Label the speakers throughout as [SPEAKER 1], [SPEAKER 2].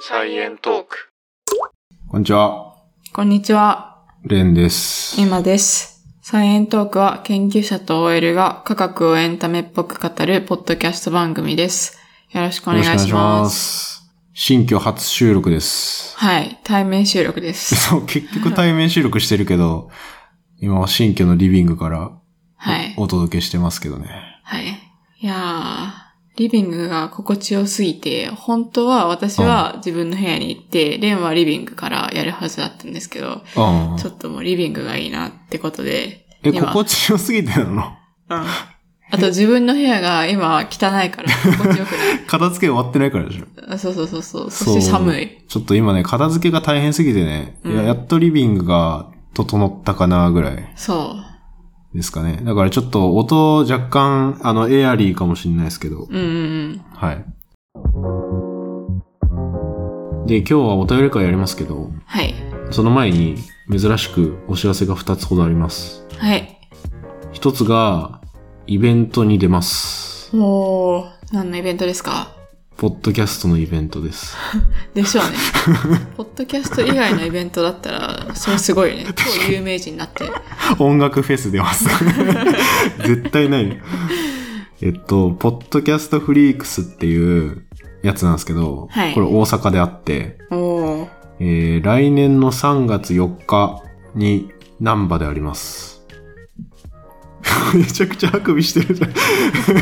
[SPEAKER 1] サイエントーク。
[SPEAKER 2] こんにちは、
[SPEAKER 1] こんにちは、
[SPEAKER 2] レンです。
[SPEAKER 1] エマです。サイエントークは研究者と OL が科学をエンタメっぽく語るポッドキャスト番組です。よろしくお願いします。
[SPEAKER 2] よろくお願いす。新居初収録です。
[SPEAKER 1] はい、対面収録で す。
[SPEAKER 2] そう、結局対面収録してるけど、今は新居のリビングから
[SPEAKER 1] はい。
[SPEAKER 2] お届けしてますけどね。
[SPEAKER 1] はい。いやー、リビングが心地よすぎて、本当は私は自分の部屋に行って、レンはリビングからやるはずだったんですけど、
[SPEAKER 2] うん
[SPEAKER 1] ち。ょっともうリビングがいいなってことで、
[SPEAKER 2] え、
[SPEAKER 1] 今
[SPEAKER 2] 心地よすぎてなの
[SPEAKER 1] うん。あと自分の部屋が今汚いから心地よくない。
[SPEAKER 2] 片付け終わってないからでしょ。
[SPEAKER 1] あそうそうそうそう。そして寒い。
[SPEAKER 2] ちょっと今ね、片付けが大変すぎてね、
[SPEAKER 1] うん
[SPEAKER 2] いややっとリビングが整ったかなぐらい
[SPEAKER 1] そ
[SPEAKER 2] ですかね。だからちょっと音若干、あの、エアリーかもしれないですけど
[SPEAKER 1] う。、うんうん
[SPEAKER 2] はい。で、今日はお便り会やりますけど
[SPEAKER 1] うん。、はい。
[SPEAKER 2] その前に珍しくお知らせが2つほどあります。
[SPEAKER 1] はい。
[SPEAKER 2] 1つが、イベントに出ます。
[SPEAKER 1] もう、何のイベントですか
[SPEAKER 2] ポッドキャストのイベントです。
[SPEAKER 1] でしょうね。ポッドキャスト以外のイベントだったら、それすご いね。超有名人になって。
[SPEAKER 2] 音楽フェス出ます。 絶対ない。えっと、ポッドキャストフリークスっていうやつなんですけど、
[SPEAKER 1] はい
[SPEAKER 2] これ大阪であって、
[SPEAKER 1] おー。
[SPEAKER 2] えー来年の3月4日に難波であります。 めちゃくちゃあくびしてるじゃん。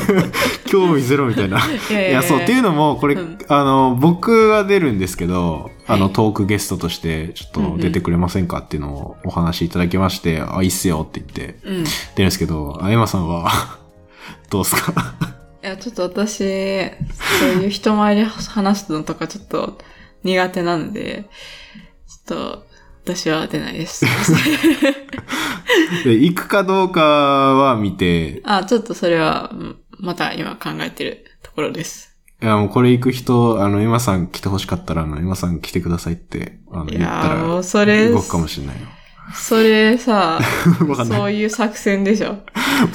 [SPEAKER 2] 興味ゼロみたいな。 い
[SPEAKER 1] いや
[SPEAKER 2] や、そう。っていうのも、これ、
[SPEAKER 1] うん
[SPEAKER 2] あの、僕は出るんですけど、あの、
[SPEAKER 1] はい
[SPEAKER 2] トークゲストとして、ちょっと出てくれませんかっていうのをお話しいただきまして、あ、いいっすよって言って、
[SPEAKER 1] うん。い
[SPEAKER 2] 出るんですけど、あ、エマさんは、 どうですか
[SPEAKER 1] や、ちょっと私、そういう人前で話すのとかちょっと苦手なので、ちょっと、私は出ない です。
[SPEAKER 2] で行くかどうかは見て、
[SPEAKER 1] あ、ちょっとそれは、うんまた今考えてるところです。
[SPEAKER 2] いや、もうこれ行く人、あの、エマさん来て欲しかったら、あの、エマさん来てくださいって、あの、
[SPEAKER 1] い
[SPEAKER 2] 言った
[SPEAKER 1] やーも
[SPEAKER 2] ら
[SPEAKER 1] う、それ、
[SPEAKER 2] 動くかもしれないよ。
[SPEAKER 1] それさ、
[SPEAKER 2] わかん
[SPEAKER 1] そ
[SPEAKER 2] な
[SPEAKER 1] う
[SPEAKER 2] い。
[SPEAKER 1] いう作戦でしょ。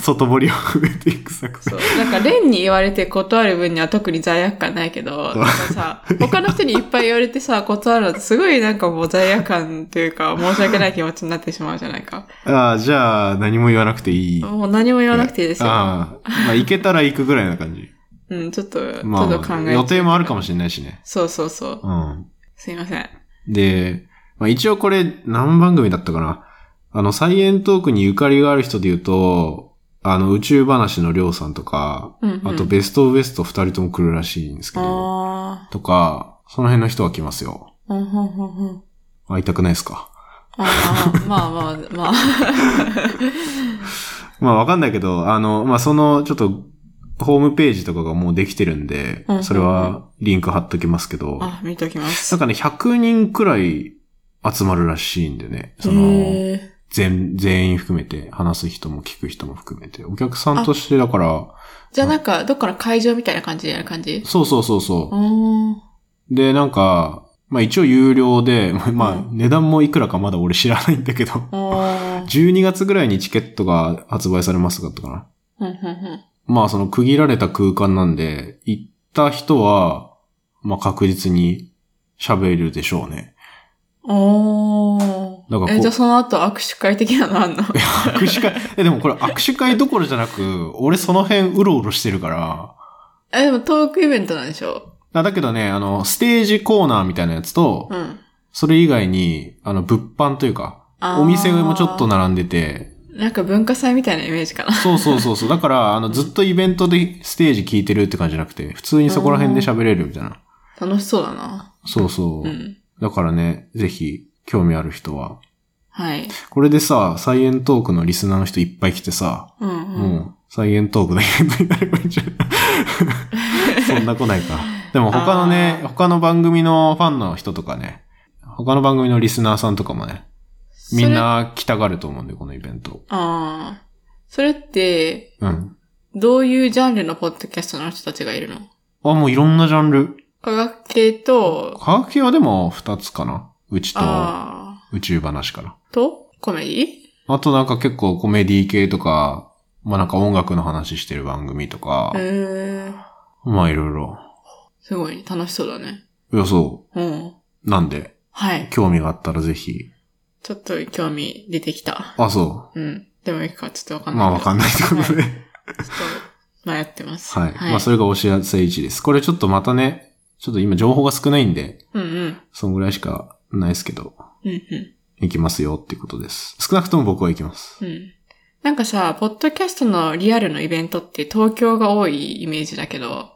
[SPEAKER 2] 外堀を埋めていく作
[SPEAKER 1] そ
[SPEAKER 2] 戦
[SPEAKER 1] う。。なんか、レンに言われて断る分には特に罪悪感ないけど、なんかさ、他の人にいっぱい言われてさ、断るのってすごいなんかもう罪悪感というか、申し訳ない気持ちになってしまうじゃないか。
[SPEAKER 2] ああ、じゃあ、何も言わなくていい。言
[SPEAKER 1] もう何も言わなくていいですよ。
[SPEAKER 2] ああ、まあ、行けたら行くぐらいな感 じ。
[SPEAKER 1] うん、ちょっと、ちょっ
[SPEAKER 2] ま
[SPEAKER 1] と考
[SPEAKER 2] あ、
[SPEAKER 1] え
[SPEAKER 2] 予定もあるか
[SPEAKER 1] も。
[SPEAKER 2] もしれないしね。
[SPEAKER 1] そうそうそう。
[SPEAKER 2] うん。
[SPEAKER 1] すいません。
[SPEAKER 2] で、まあ、一応これ、何番組だったかな。あの、サイエントークにゆかりがある人で言うと、あの、宇宙話のりょうさんとか、
[SPEAKER 1] うん、うん。
[SPEAKER 2] あと、ベストウエスト二人とも来るらしいんですけど。
[SPEAKER 1] あ
[SPEAKER 2] とか、その辺の人は来ますよ。
[SPEAKER 1] ーうんうんうんうん
[SPEAKER 2] 会いたくないですか
[SPEAKER 1] あーまあまあまあ。
[SPEAKER 2] まあわかんないけど、あの、まあその、ちょっと、ホームページとかがもうできてるんで
[SPEAKER 1] うんうんう、ん
[SPEAKER 2] それはリンク貼っときますけど、な
[SPEAKER 1] あ、見ときます。
[SPEAKER 2] んかね、100人くらい集まるらしいんでね、その、
[SPEAKER 1] へー
[SPEAKER 2] 全、全員含めて、話す人も聞く人も含めて、お客さんとしてだから、
[SPEAKER 1] じゃあなんか、どっかの会場みたいな感じでやる感じ
[SPEAKER 2] そうそうそうそうう。で、なんか、まあ一応有料で、 まあまあ
[SPEAKER 1] う
[SPEAKER 2] 値段もいくらかまだ俺知らないんだけど、
[SPEAKER 1] ん。
[SPEAKER 2] 12月ぐらいにチケットが発売されますだったかな。
[SPEAKER 1] うんうん
[SPEAKER 2] まあその区切られた空間なんで、行った人は、まあ確実に喋るでしょうね。
[SPEAKER 1] うん。お
[SPEAKER 2] なんかこ
[SPEAKER 1] ー。
[SPEAKER 2] う
[SPEAKER 1] え、じゃあその後握手会的なのあんの
[SPEAKER 2] 握手会、え、でもこれ握手会どころじゃなく、俺その辺うろうろしてるから、
[SPEAKER 1] え、でもトークイベントなんでしょ
[SPEAKER 2] あだけどね、あの、ステージコーナーみたいなやつと、
[SPEAKER 1] うん。
[SPEAKER 2] それ以外に、あの、物販というか、
[SPEAKER 1] あー
[SPEAKER 2] お店もちょっと。並んでて、
[SPEAKER 1] なんか文化祭みたいなイメージかな。
[SPEAKER 2] そうそうそうそう。だから、あの、ずっとイベントでステージ聞いてるって感じじゃなくて、普通にそこら辺で喋れるみたいな。
[SPEAKER 1] 楽しそうだな。
[SPEAKER 2] そうそうう。
[SPEAKER 1] ん。
[SPEAKER 2] だからね、ぜひ、興味ある人は、
[SPEAKER 1] はい。
[SPEAKER 2] これでさ、サイエントークのリスナーの人いっぱい来てさ、
[SPEAKER 1] うんうん。
[SPEAKER 2] もう、サイエントークのイベントになればいいん じゃないそんな来ないか。でも他のね、
[SPEAKER 1] あー
[SPEAKER 2] 他の番組のファンの人とかね、他の番組のリスナーさんとかもね、みん
[SPEAKER 1] それ。
[SPEAKER 2] な来たがると思うんで、このイベント。
[SPEAKER 1] あー。それって、
[SPEAKER 2] うん。
[SPEAKER 1] どういうジャンルのポッドキャストの人たちがいるの
[SPEAKER 2] あ、もういろんなジャンル。
[SPEAKER 1] 科学系と、
[SPEAKER 2] 科学系はでも2つかな。うちと
[SPEAKER 1] あ
[SPEAKER 2] 宇宙話から。
[SPEAKER 1] ー。と、コメディ
[SPEAKER 2] あとなんか結構コメディ系とか、まあなんか音楽の話してる番組とか、
[SPEAKER 1] えー。
[SPEAKER 2] まあいろいろ。
[SPEAKER 1] すごい楽しそうだね。
[SPEAKER 2] えいや、そ
[SPEAKER 1] うん。
[SPEAKER 2] う。なんで、
[SPEAKER 1] はい。
[SPEAKER 2] 興味があったらぜひ。
[SPEAKER 1] ちょっと興味出てきた。
[SPEAKER 2] あ、そ
[SPEAKER 1] うん。でもいいか、ちょっとわか
[SPEAKER 2] う。
[SPEAKER 1] んない。
[SPEAKER 2] まあ、わかんないってことで。
[SPEAKER 1] ちょっと迷ってます。
[SPEAKER 2] はい。まあ、それがお知らせ1です。これちょっとまたね、ちょっと今情報が少ないんで、
[SPEAKER 1] うんうん。
[SPEAKER 2] そんぐらいしかないですけど、
[SPEAKER 1] うんうん。
[SPEAKER 2] 行きますよっていうことです。少なくとも僕は行きます。
[SPEAKER 1] うん。なんかさ、ポッドキャストのリアルのイベントって東京が多いイメージだけど、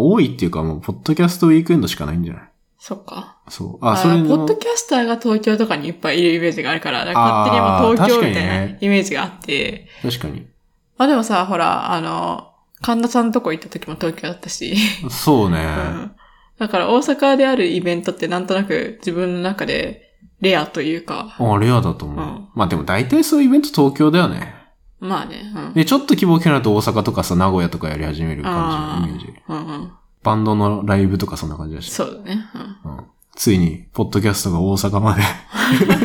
[SPEAKER 2] 多いっていうかもう、ポッドキャストウィークエンドしかないんじゃない
[SPEAKER 1] そっか。
[SPEAKER 2] そう。
[SPEAKER 1] あ
[SPEAKER 2] あ、それ
[SPEAKER 1] ポッ
[SPEAKER 2] の
[SPEAKER 1] ド、キャスターが東京とかにいっぱいいるイメージがあるから、なんか勝手にもう東京みた
[SPEAKER 2] あー確か
[SPEAKER 1] い
[SPEAKER 2] に
[SPEAKER 1] な
[SPEAKER 2] ね
[SPEAKER 1] イメージがあって。
[SPEAKER 2] 確かに。
[SPEAKER 1] まあでもさ、ほら、あの、神田さんのとこ行った時も東京だったし。
[SPEAKER 2] そうね。
[SPEAKER 1] うんだから大阪であるイベントってなんとなく自分の中でレアというか、
[SPEAKER 2] あ、レアだと思う。
[SPEAKER 1] うん
[SPEAKER 2] まあでも大体そういうイベント東京だよね。
[SPEAKER 1] まあね、うん。
[SPEAKER 2] で、ちょっと規模大きくなると大阪とかさ、名古屋とかやり始める感
[SPEAKER 1] あ
[SPEAKER 2] じのイメージ。
[SPEAKER 1] あ、うんうん。
[SPEAKER 2] バンドのライブとかそんな感じだし。
[SPEAKER 1] そうだね。うん
[SPEAKER 2] うんついに、ポッドキャストが大阪まで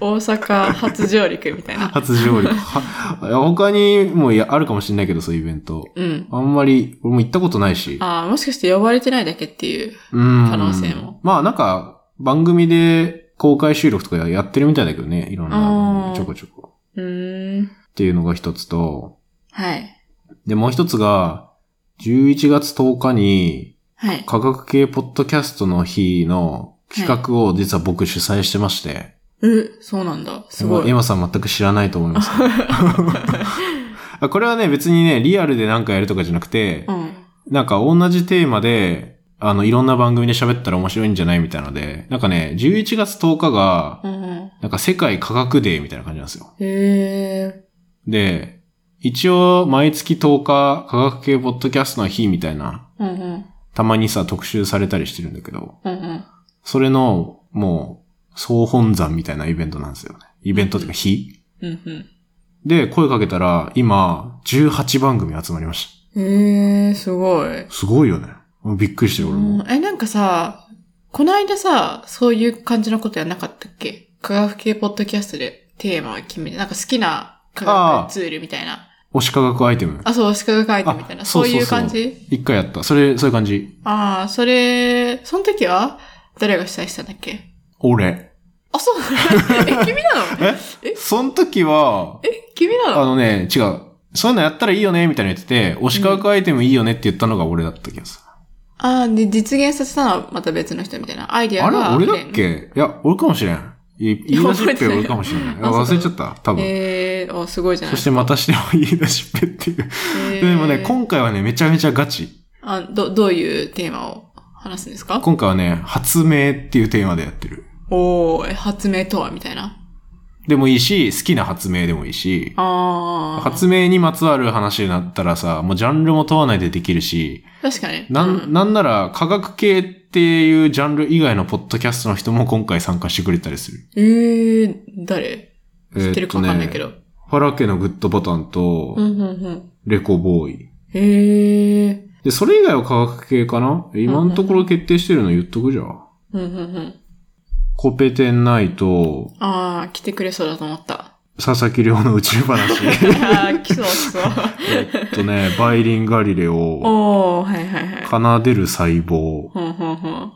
[SPEAKER 1] 大阪初上陸みたいな。
[SPEAKER 2] 初上 陸。はいや他にもいやあるかもしれないけど、そういうイベント。
[SPEAKER 1] うん。
[SPEAKER 2] あんまり、俺も行ったことないし。
[SPEAKER 1] ああ、もしかして呼ばれてないだけっていう。
[SPEAKER 2] うん。
[SPEAKER 1] 可能性も。
[SPEAKER 2] まあなんか、番組で公開収録とかやってるみたいだけどね。いろん
[SPEAKER 1] あ
[SPEAKER 2] な、
[SPEAKER 1] ー
[SPEAKER 2] ちょこちょこ。
[SPEAKER 1] うーん。
[SPEAKER 2] っていうのが一つと、
[SPEAKER 1] はい。
[SPEAKER 2] で、もう一つが、11月10日に、
[SPEAKER 1] はい。
[SPEAKER 2] 科学系ポッドキャストの日の企画を実は僕主催してまして、
[SPEAKER 1] え、そうなんだ。すご
[SPEAKER 2] エマ
[SPEAKER 1] い。
[SPEAKER 2] エマさん全く知らないと思い ますけどあこれはね、別にね、リアルでなんかやるとかじゃなくて
[SPEAKER 1] う、ん。
[SPEAKER 2] なんか同じテーマで、あの、いろんな番組で喋ったら面白いんじゃないみたいので、なんかね、11月10日が
[SPEAKER 1] う、んうん。
[SPEAKER 2] なんか世界科学デーみたいな感じなんですよ。
[SPEAKER 1] へえ。
[SPEAKER 2] で、一応、毎月10日、科学系ポッドキャストの日みたいな
[SPEAKER 1] うんうん。
[SPEAKER 2] たまにさ、特集されたりしてるんだけど、
[SPEAKER 1] うんうん。
[SPEAKER 2] それの、もう、総本山みたいなイベントなんですよね。イベントっていうか日、
[SPEAKER 1] うん
[SPEAKER 2] で、声かけたら、今、18番組集まりまし
[SPEAKER 1] うん。へえ、すごい。
[SPEAKER 2] た。すごいよね。びっくりしてる、俺
[SPEAKER 1] う
[SPEAKER 2] も。
[SPEAKER 1] んえ、なんかさ、この間さ、そういう感じのことやなかったっけ科学系ポッドキャストでテーマを決めて、なんか好きな科
[SPEAKER 2] あー
[SPEAKER 1] 学ツールみたいな。
[SPEAKER 2] 推し科学アイテム。
[SPEAKER 1] あ、そう、推し科学アイテムみたいな。
[SPEAKER 2] あ
[SPEAKER 1] そういう
[SPEAKER 2] そうそうそう
[SPEAKER 1] 感じ
[SPEAKER 2] 一回やった。それ、そういう感じ。
[SPEAKER 1] ああ、それ、その時は誰が主催したんだっけ
[SPEAKER 2] 俺。
[SPEAKER 1] あ、そう え、君なの
[SPEAKER 2] えその時は、
[SPEAKER 1] え、君な
[SPEAKER 2] あ
[SPEAKER 1] の
[SPEAKER 2] のね、違う。そういうのやったらいいよね、みたいなの言ってて、推し科学アイテムいいよねって言ったのが俺だった気がする。
[SPEAKER 1] ああ、で、実現させたのはまた別の人みたいな。アイディア
[SPEAKER 2] あれ
[SPEAKER 1] が。
[SPEAKER 2] 俺だっけいや、俺かもしれん。い言い出しっぺは俺かもしれない。
[SPEAKER 1] 覚えてない
[SPEAKER 2] 忘れちゃった。多分。
[SPEAKER 1] ええー、あすごいじゃな
[SPEAKER 2] そ
[SPEAKER 1] い
[SPEAKER 2] してまたしても言い出しっぺっていう。
[SPEAKER 1] えー
[SPEAKER 2] でもね、今回はね、めちゃめちゃガチ。
[SPEAKER 1] あど、どういうテーマを話すんですか
[SPEAKER 2] 今回はね、発明っていうテーマでやってる。
[SPEAKER 1] おー、え発明とはみたいな。
[SPEAKER 2] でもいいし、好きな発明でもいいし、
[SPEAKER 1] あー。
[SPEAKER 2] 発明にまつわる話になったらさ、もうジャンルも問わないでできるし、
[SPEAKER 1] 確かに。
[SPEAKER 2] な、
[SPEAKER 1] うん
[SPEAKER 2] なんなら科学系っていうジャンル以外のポッドキャストの人も今回参加してくれたりする。
[SPEAKER 1] えー、誰知ってるかわかんないけ
[SPEAKER 2] ど。
[SPEAKER 1] ど。
[SPEAKER 2] ファラ家のグッドボタンと
[SPEAKER 1] う、ん、うん、うん。
[SPEAKER 2] レコボーイ。
[SPEAKER 1] えー。
[SPEAKER 2] で、それ以外は科学系かな今のところ決定してるの言っとくじゃん。
[SPEAKER 1] うん、うん、うん。
[SPEAKER 2] コペテンナイト、
[SPEAKER 1] あー、来てくれそうだと思った。
[SPEAKER 2] 佐々木亮の宇宙話。
[SPEAKER 1] あー、来そう、来そう。
[SPEAKER 2] えっとね、バイリンガリレオ、
[SPEAKER 1] おー、はいはいはい。
[SPEAKER 2] 奏でる細胞、
[SPEAKER 1] ほんほんほん。
[SPEAKER 2] 青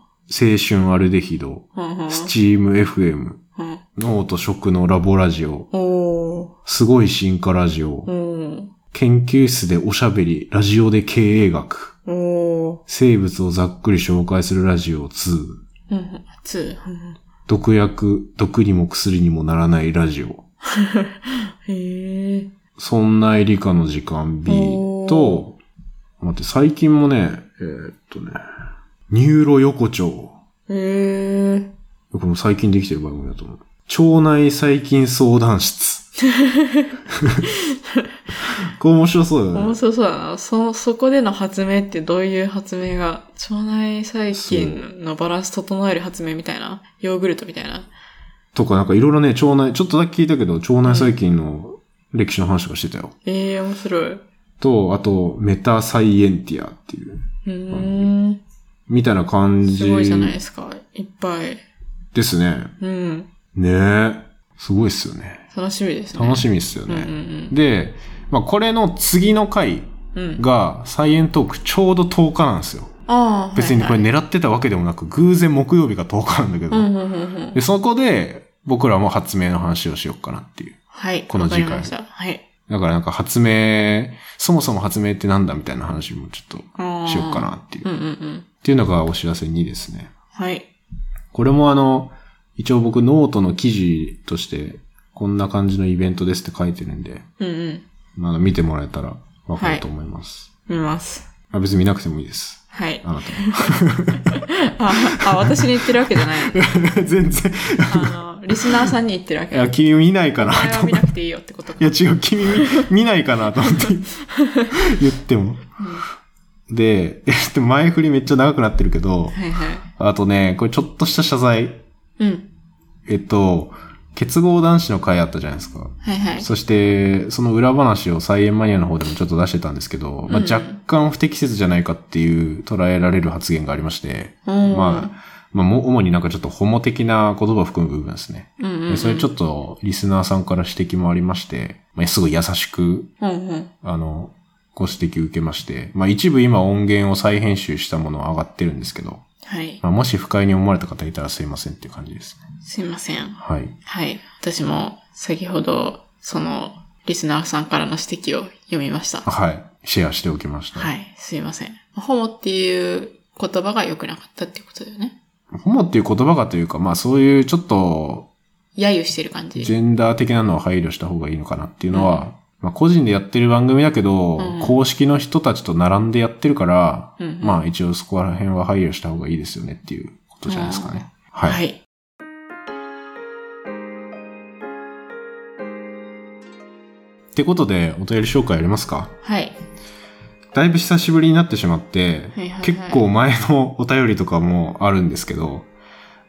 [SPEAKER 2] 春アルデヒド、
[SPEAKER 1] ほんほん
[SPEAKER 2] スチーム FM、
[SPEAKER 1] ほん。
[SPEAKER 2] 脳と食のラボラジオ、
[SPEAKER 1] お
[SPEAKER 2] すごい進化ラジオ
[SPEAKER 1] ー、、お
[SPEAKER 2] 研究室でおしゃべり、ラジオで経営学、
[SPEAKER 1] ー、お
[SPEAKER 2] 生物をざっくり紹介するラジオ2、
[SPEAKER 1] ー。うんうん、つー。うん
[SPEAKER 2] 毒薬、毒にも薬にもならないラジオ、
[SPEAKER 1] へー。
[SPEAKER 2] そんな理科の時間 B と、待って、最近もね、えーっとね、ニューロ横丁。
[SPEAKER 1] へー。
[SPEAKER 2] これも最近できてる番組だと思う。腸内細菌相談 室。これ面白そうだよ
[SPEAKER 1] 面
[SPEAKER 2] ね。
[SPEAKER 1] 白そうだな。そ、そこでの発明ってどういう発明が、腸内細菌のバランス整える発明みたいな、ヨーグルトみたいな。
[SPEAKER 2] とかなんかいろいろね、腸内、ちょっとだけ聞いたけど、腸内細菌の歴史の話とかしてたよ。
[SPEAKER 1] ええ面白い。う
[SPEAKER 2] と、あと、メタサイエンティアっていう、
[SPEAKER 1] ーん。
[SPEAKER 2] みたいな感じ
[SPEAKER 1] すごいじゃないですか。いっぱい。
[SPEAKER 2] ですね。
[SPEAKER 1] うん。
[SPEAKER 2] ねえ。すごいっすよね。
[SPEAKER 1] 楽しみですね。
[SPEAKER 2] 楽し
[SPEAKER 1] み。
[SPEAKER 2] みっすよ
[SPEAKER 1] うんう
[SPEAKER 2] ね。
[SPEAKER 1] ん
[SPEAKER 2] で、まあ、これの次の回
[SPEAKER 1] うん。うん。
[SPEAKER 2] が、サイエントークちょうど10日なんですよ。
[SPEAKER 1] ああ。
[SPEAKER 2] 別にこれ
[SPEAKER 1] ね。
[SPEAKER 2] 狙ってたわけでもなく、偶然木曜日が10日なんだけど、
[SPEAKER 1] うんうんうんうん。
[SPEAKER 2] でそこで僕らも発明の話をしようかなっていう。
[SPEAKER 1] はい。
[SPEAKER 2] この
[SPEAKER 1] わかり
[SPEAKER 2] 次回
[SPEAKER 1] ましたはい。
[SPEAKER 2] だからなんか発明、そもそも発明ってなんだみたいな話もちょっ
[SPEAKER 1] あ
[SPEAKER 2] と
[SPEAKER 1] ー
[SPEAKER 2] しようか。なっていう。
[SPEAKER 1] うん
[SPEAKER 2] っ
[SPEAKER 1] うんうん。
[SPEAKER 2] ていうのがお知らせ2ですね。
[SPEAKER 1] はい。
[SPEAKER 2] これもあの、一応僕ノートの記事として、こんな感じのイベントですって書いてるんで、
[SPEAKER 1] うんうん。
[SPEAKER 2] まあ見てもらえたらわかると思います。
[SPEAKER 1] 見ます。
[SPEAKER 2] あ別に見なくてもいいです。
[SPEAKER 1] はい。
[SPEAKER 2] あなた
[SPEAKER 1] あ、あ、私に言ってるわけじゃない。
[SPEAKER 2] も。全然。
[SPEAKER 1] あの、リスナーさんに言ってるわ
[SPEAKER 2] い
[SPEAKER 1] け。
[SPEAKER 2] や、君見ないかな
[SPEAKER 1] あれは
[SPEAKER 2] と思
[SPEAKER 1] 見
[SPEAKER 2] っ
[SPEAKER 1] なくていいよってことか。
[SPEAKER 2] て。いや、違う、君見見ないかなと 思って言っても。で、えっと、前振りめっちゃ長くなってるけど、
[SPEAKER 1] はいはい。
[SPEAKER 2] あとね、これちょっとした謝罪。
[SPEAKER 1] うん。
[SPEAKER 2] えっと、結合男子の会あったじゃないですか。
[SPEAKER 1] はいはい。
[SPEAKER 2] そして、その裏話をサイエンマニアの方でもちょっと出してたんですけど、まあ、
[SPEAKER 1] うん
[SPEAKER 2] 若干不適切じゃないかっていう捉えられる発言がありまして、
[SPEAKER 1] うん
[SPEAKER 2] まあ、まあ、も主になんかちょっとホモ的な言葉を含む部分ですね。
[SPEAKER 1] うんうんう
[SPEAKER 2] で
[SPEAKER 1] ん。
[SPEAKER 2] それちょっとリスナーさんから指摘もありまして、まあ、すごい優しく、
[SPEAKER 1] うんうん。
[SPEAKER 2] あの、ご指摘受けまして、まあ、一部今音源を再編集したものは上がってるんですけど、
[SPEAKER 1] はい。
[SPEAKER 2] まあ、もし不快に思われた方いたらすいませんっていう感じですね。
[SPEAKER 1] すいません。
[SPEAKER 2] はい。
[SPEAKER 1] はい。私も先ほど、その、リスナーさんからの指摘を読みました。
[SPEAKER 2] はい。シェアしておきました。
[SPEAKER 1] はい。すいません。ホモっていう言葉が良くなかったってことだよね。
[SPEAKER 2] ホモっていう言葉がというか、まあそういうちょっと、
[SPEAKER 1] 揶揄してる感
[SPEAKER 2] ジ
[SPEAKER 1] じ。
[SPEAKER 2] ェンダー的なのを配慮した方がいいのかなっていうのは、まあ個人でやってる番組だけど、
[SPEAKER 1] うん
[SPEAKER 2] 公式の人たちと並んでやってるから、
[SPEAKER 1] うんうん
[SPEAKER 2] まあ一応そこら辺は配慮した方がいいですよねっていうことじゃないですかね。はい。
[SPEAKER 1] はい。
[SPEAKER 2] ってことで、お便り紹介やりますか
[SPEAKER 1] はい。
[SPEAKER 2] だいぶ久しぶりになってしまって、
[SPEAKER 1] はいはいはい
[SPEAKER 2] 結構前のお便りとかもあるんですけど、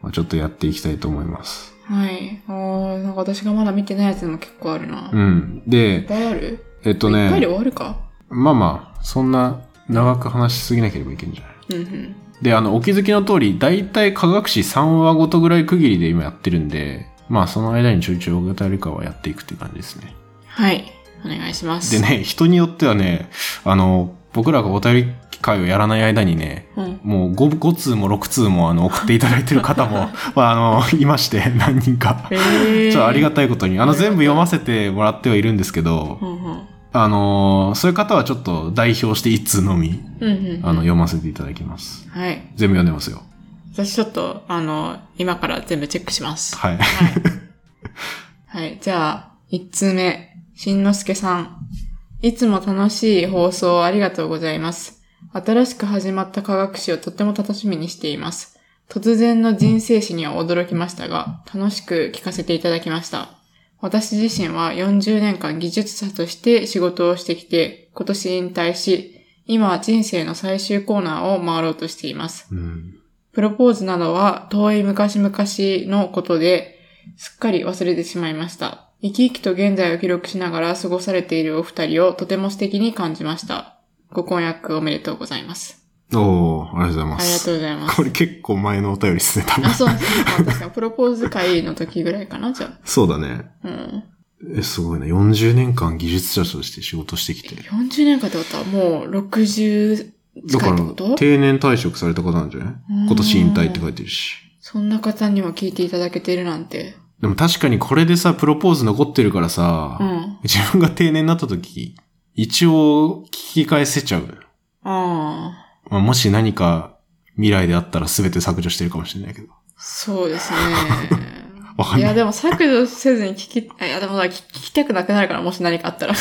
[SPEAKER 2] まあ、ちょっとやっていきたいと思います。
[SPEAKER 1] はい。あー、なんか私がまだ見てないやつも結構あるな。
[SPEAKER 2] う
[SPEAKER 1] いっ
[SPEAKER 2] ん。で、
[SPEAKER 1] ぱいある
[SPEAKER 2] えっと
[SPEAKER 1] いっぱい
[SPEAKER 2] ね、
[SPEAKER 1] で終わるか。
[SPEAKER 2] まあまあ、そんな長く話しすぎなければいけんじゃない
[SPEAKER 1] うんうん。
[SPEAKER 2] で、あの、お気づきの通り、だいたい科学史3話ごとぐらい区切りで今やってるんで、まあその間にちょいちょいお便りかはやっていくっていう感じですね。
[SPEAKER 1] はい。お願いします。
[SPEAKER 2] でね、人によってはね、あの、僕らがお便り会をやらない間にね、
[SPEAKER 1] うん。
[SPEAKER 2] もう 5, 5通も6通もあの送っていただいてる方 も、まあ、あのいまして何人か。
[SPEAKER 1] え
[SPEAKER 2] ちょ
[SPEAKER 1] ー。
[SPEAKER 2] っとありが
[SPEAKER 1] と
[SPEAKER 2] たいことに、あの
[SPEAKER 1] ありがたい
[SPEAKER 2] 全部読ませてもらってはいるんですけど、
[SPEAKER 1] うんうん。
[SPEAKER 2] あのーそういう方はちょっと代表して1通のみ、
[SPEAKER 1] うんうん。
[SPEAKER 2] あの、読ませていただきます。
[SPEAKER 1] はい。
[SPEAKER 2] 全部読んでますよ。
[SPEAKER 1] 私ちょっと、あの、今から全部チェックします。
[SPEAKER 2] はい。
[SPEAKER 1] はい。はい。じゃあ、一通目。しんのすけさん。いつも楽しい放送ありがとうございます。新しく始まった科学史をとても楽しみにしています。突然の人生史には驚きましたが、楽しく聞かせていただきました。私自身は40年間技術者として仕事をしてきて、今年引退し、今は人生の最終コーナーを回ろうとしています。
[SPEAKER 2] うん。
[SPEAKER 1] プロポーズなどは遠い昔々のことで、すっかり忘れてしまいました。生き生きと現在を記録しながら過ごされているお二人をとても素敵に感じました。ご婚約おめでとうございます。
[SPEAKER 2] おー、ありがとうござい
[SPEAKER 1] あ
[SPEAKER 2] ま
[SPEAKER 1] りが
[SPEAKER 2] す。
[SPEAKER 1] とうございます。
[SPEAKER 2] これ結構前のお便りですね、多分
[SPEAKER 1] あ、。そうですね。まあ確かにプロポーズ会の時ぐらいかな、じゃ
[SPEAKER 2] そうだね。
[SPEAKER 1] あ。うん。
[SPEAKER 2] え、すごいね。40年間技術者として仕事してきて。
[SPEAKER 1] 40年間ってことはもう60
[SPEAKER 2] だ
[SPEAKER 1] 近
[SPEAKER 2] か
[SPEAKER 1] いっ
[SPEAKER 2] ら
[SPEAKER 1] てこと、
[SPEAKER 2] 定年退職された方なんじゃない今年引退って書いてるし。
[SPEAKER 1] そんな方にも聞いていただけてるなんて。
[SPEAKER 2] でも確かにこれでさ、プロポーズ残ってるからさ、
[SPEAKER 1] うん。
[SPEAKER 2] 自分が定年になった時、一応聞き返せちゃう。
[SPEAKER 1] ああ、
[SPEAKER 2] まあ、もし何か未来であったら全て削除してるかもしれないけど。
[SPEAKER 1] そうですね。
[SPEAKER 2] わか
[SPEAKER 1] い
[SPEAKER 2] んな
[SPEAKER 1] や、
[SPEAKER 2] い。
[SPEAKER 1] でも削除せずに聞き、あいや、でもな聞き聞きたくなくなるから、もし何かあった ら。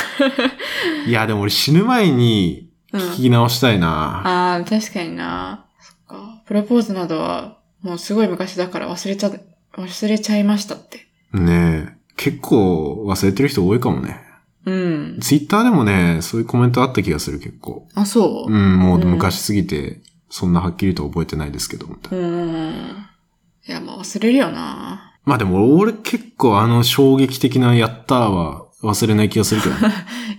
[SPEAKER 2] いや、でも俺死ぬ前に
[SPEAKER 1] うん。
[SPEAKER 2] 聞き直したいな。
[SPEAKER 1] ああ、確かにな。そっか。プロポーズなどは、もうすごい昔だから忘れちゃ、忘れちゃいましたって。
[SPEAKER 2] ねえ。結構忘れてる人多いかもね。
[SPEAKER 1] うん。
[SPEAKER 2] ツイッターでもね、そういうコメントあった気がする結構。
[SPEAKER 1] あ、そうう。
[SPEAKER 2] ん、もううん昔すぎて、そんなはっきりと覚えてないですけど、みたいな
[SPEAKER 1] うん。ん。いや、まあ忘れるよな。
[SPEAKER 2] まあでも俺結構あの衝撃的なやったーは忘れない気がするけどね。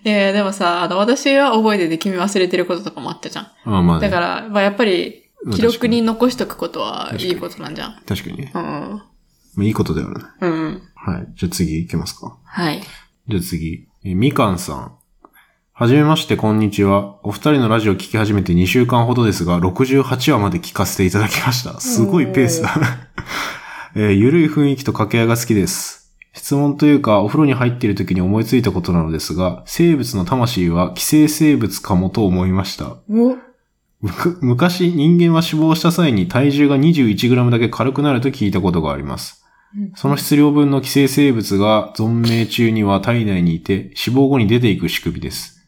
[SPEAKER 1] いやいや、でもさ、あの、私は覚えてて君忘れてることとかもあったじゃん。
[SPEAKER 2] ああまあね。
[SPEAKER 1] だから、まあやっぱり、
[SPEAKER 2] まあ
[SPEAKER 1] 記録に残しとくことはいいことなんじゃん。
[SPEAKER 2] 確かにね。
[SPEAKER 1] うん。
[SPEAKER 2] まあ、いいことだよね。
[SPEAKER 1] うん。
[SPEAKER 2] はい。じゃあ次行けますか。
[SPEAKER 1] はい。
[SPEAKER 2] じゃあ次。えみかんさん。はじめまして、こんにちは。お二人のラジオ聞き始めて2週間ほどですが、68話まで聞かせていただきました。すごいペースだ。 えーゆるい雰囲気と掛け合いが好きです。質問というか、お風呂に入っている時に思いついたことなのですが、生物の魂は寄生生物かもと思いました。
[SPEAKER 1] お
[SPEAKER 2] むく昔人間は死亡した際に体重が 21g だけ軽くなると聞いたことがあります
[SPEAKER 1] うん。
[SPEAKER 2] その質量分の寄生生物が存命中には体内にいて死亡後に出ていく仕組みです。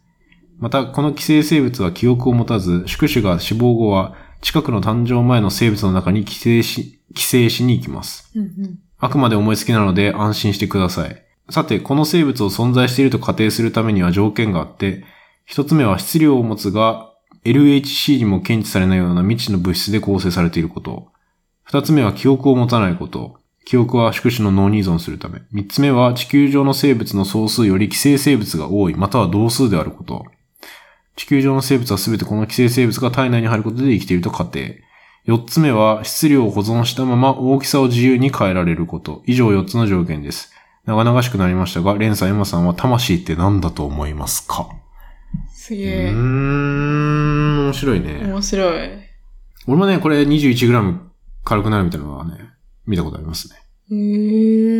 [SPEAKER 2] また、この寄生生物は記憶を持たず、宿主が死亡後は近くの誕生前の生物の中に寄生し、寄生しに行きます。
[SPEAKER 1] うんうん。
[SPEAKER 2] あくまで思いつきなので安心してください。さて、この生物を存在していると仮定するためには条件があって、一つ目は質量を持つが、LHC にも検知されないような未知の物質で構成されていること。二つ目は記憶を持たないこと。記憶は宿主の脳に依存するため。三つ目は地球上の生物の総数より寄生生物が多い、または同数であること。地球上の生物は全てこの寄生生物が体内に入ることで生きていると仮定。4つ目は質量を保存したまま大きさを自由に変えられること。以上4つの条件です。長々しくなりましたが、レンさん、エマさんは魂って何だと思いますか
[SPEAKER 1] す
[SPEAKER 2] う
[SPEAKER 1] げ
[SPEAKER 2] ー
[SPEAKER 1] え。
[SPEAKER 2] ん、面白いね。
[SPEAKER 1] 面白い。へ
[SPEAKER 2] 俺もね、これ 21g 軽くなるみたいなのはね、見たことありますね。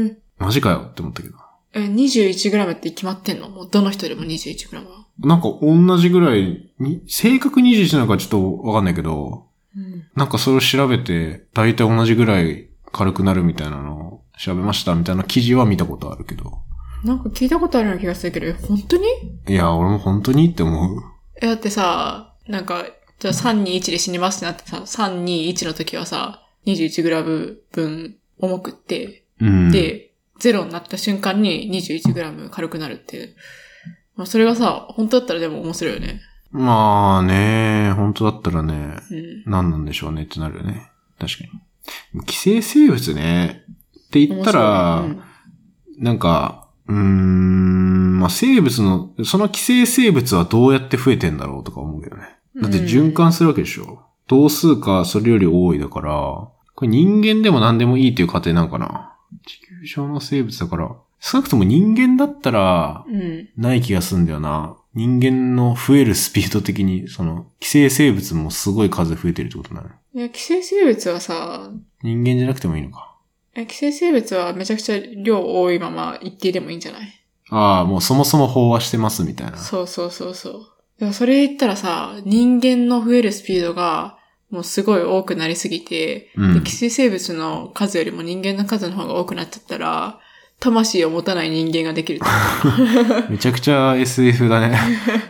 [SPEAKER 1] え。
[SPEAKER 2] マジかよって思ったけど。
[SPEAKER 1] え、21g って決まってんのもうどの人でも 21g は。
[SPEAKER 2] なんか同じぐらいに、正確21なのかちょっとわかんないけど、
[SPEAKER 1] うん。
[SPEAKER 2] なんかそれを調べて、だいたい同じぐらい軽くなるみたいなのを調べましたみたいな記事は見たことあるけど。
[SPEAKER 1] なんか聞いたことあるような気がするけど、え、本当に
[SPEAKER 2] いや、俺も本当にって思う。
[SPEAKER 1] え、だってさ、なんか、じゃあ321で死にますってなってさ、321の時はさ、21g 分重くって、
[SPEAKER 2] うん。
[SPEAKER 1] で、ゼロになった瞬間に 21g 軽くなるっていう。まあ、それがさ、本当だったらでも面白いよね。
[SPEAKER 2] まあね、本当だったらね、
[SPEAKER 1] うん。
[SPEAKER 2] 何なんでしょうねってなるよね。確かに。寄生生物ね、って言ったら、
[SPEAKER 1] 面白いね
[SPEAKER 2] なんか、うーん、まあ生物の、その寄生生物はどうやって増えてんだろうとか思うけどね。
[SPEAKER 1] うん
[SPEAKER 2] だって循環するわけでしょ。同数かそれより多いだから、これ人間でも何でもいいっていう過程なのかな。地球上の生物だから、少なくとも人間だったら、
[SPEAKER 1] うん。うん
[SPEAKER 2] ない気がすんだよな。人間の増えるスピード的に、その、寄生生物もすごい数増えてるってことになる。
[SPEAKER 1] いや、寄生生物はさ、
[SPEAKER 2] 人間じゃなくてもいいのか。
[SPEAKER 1] え寄生生物はめちゃくちゃ量多いまま一定でもいいんじゃない
[SPEAKER 2] ああ、もうそもそも飽和してますみたいな。
[SPEAKER 1] そうそうそうそう。でもそれ言ったらさ、人間の増えるスピードが、もうすごい多くなりすぎて、
[SPEAKER 2] うん
[SPEAKER 1] で寄生生物の数よりも人間の数の方が多くなっちゃったら、魂を持たない人間ができると 思
[SPEAKER 2] めちゃくちゃ SF だね。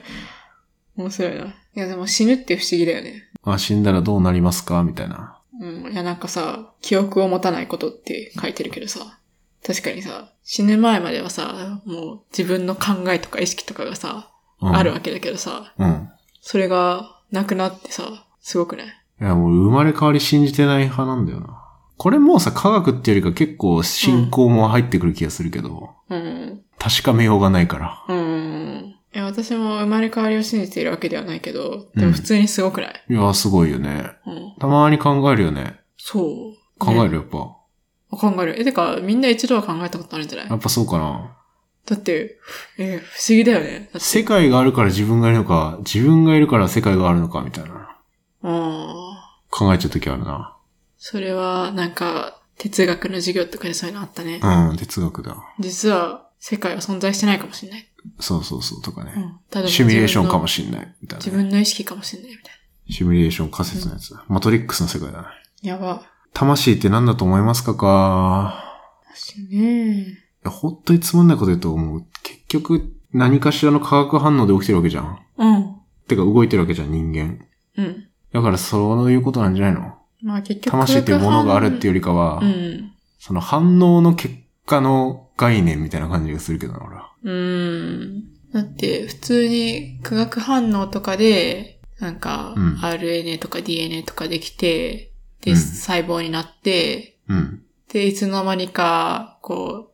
[SPEAKER 1] う。面白いな。いやでも死ぬって不思議だよね。
[SPEAKER 2] あ死んだらどうなりますかみたいな。
[SPEAKER 1] うん。いやなんかさ、記憶を持たないことって書いてるけどさ、確かにさ、死ぬ前まではさ、もう自分の考えとか意識とかがさ、
[SPEAKER 2] うん、
[SPEAKER 1] あるわけだけどさ、
[SPEAKER 2] うん。
[SPEAKER 1] それがなくなってさ、すごくない
[SPEAKER 2] いや、もう生まれ変わり信じてない派なんだよな。これもうさ、科学っていうよりか結構信仰も入ってくる気がするけど、
[SPEAKER 1] うん。
[SPEAKER 2] 確かめようがないから。
[SPEAKER 1] うん。いや、私も生まれ変わりを信じているわけではないけど、
[SPEAKER 2] う
[SPEAKER 1] で
[SPEAKER 2] ん
[SPEAKER 1] も普通にすごくない、
[SPEAKER 2] いや、すごいよね。
[SPEAKER 1] うん、
[SPEAKER 2] たまに考えるよね。
[SPEAKER 1] そう。
[SPEAKER 2] 考え
[SPEAKER 1] ね
[SPEAKER 2] るやっぱ。
[SPEAKER 1] あ考える。え、てか、みんな一度は考えたことあるんじゃな
[SPEAKER 2] や
[SPEAKER 1] い
[SPEAKER 2] っぱそうかな。
[SPEAKER 1] だって、え、不思議だよね。だって
[SPEAKER 2] 世界があるから自分がいるのか、自分がいるから世界があるのか、みたいな。
[SPEAKER 1] ああ。
[SPEAKER 2] 考えちゃうときあるな。
[SPEAKER 1] それは、なんか、哲学の授業とかでそういうのあったね。
[SPEAKER 2] うん、哲学だ。
[SPEAKER 1] 実は、世界は存在してないかもしれない。
[SPEAKER 2] そうそうそう、とかね。
[SPEAKER 1] うん。ただ
[SPEAKER 2] シミュレーションかも
[SPEAKER 1] し
[SPEAKER 2] しんない、みたい
[SPEAKER 1] 自
[SPEAKER 2] なね、
[SPEAKER 1] 分の意識かもしれないみたい
[SPEAKER 2] シミュレーション仮説のやつ。マトリックスの世界だね。
[SPEAKER 1] な。やば。
[SPEAKER 2] 魂って何だと思いますかか。
[SPEAKER 1] 私ね。
[SPEAKER 2] いや、本当につまんないこと言うと思う。結局、何かしらの化学反応で起きてるわけじゃん。
[SPEAKER 1] うん。
[SPEAKER 2] てか、動いてるわけじゃん、人間。
[SPEAKER 1] うん。
[SPEAKER 2] だから、そういうことなんじゃないの
[SPEAKER 1] まあ結局、
[SPEAKER 2] 魂っていうものがあるっていうよりかは、
[SPEAKER 1] うん。
[SPEAKER 2] その反応の結果の概念みたいな感じがするけどな、俺は。
[SPEAKER 1] うーん。だって、普通に化学反応とかで、なんか、
[SPEAKER 2] うん
[SPEAKER 1] RNA とか DNA とかできて、で、
[SPEAKER 2] うん
[SPEAKER 1] 細胞になって、
[SPEAKER 2] うん。
[SPEAKER 1] で、いつの間にか、こう、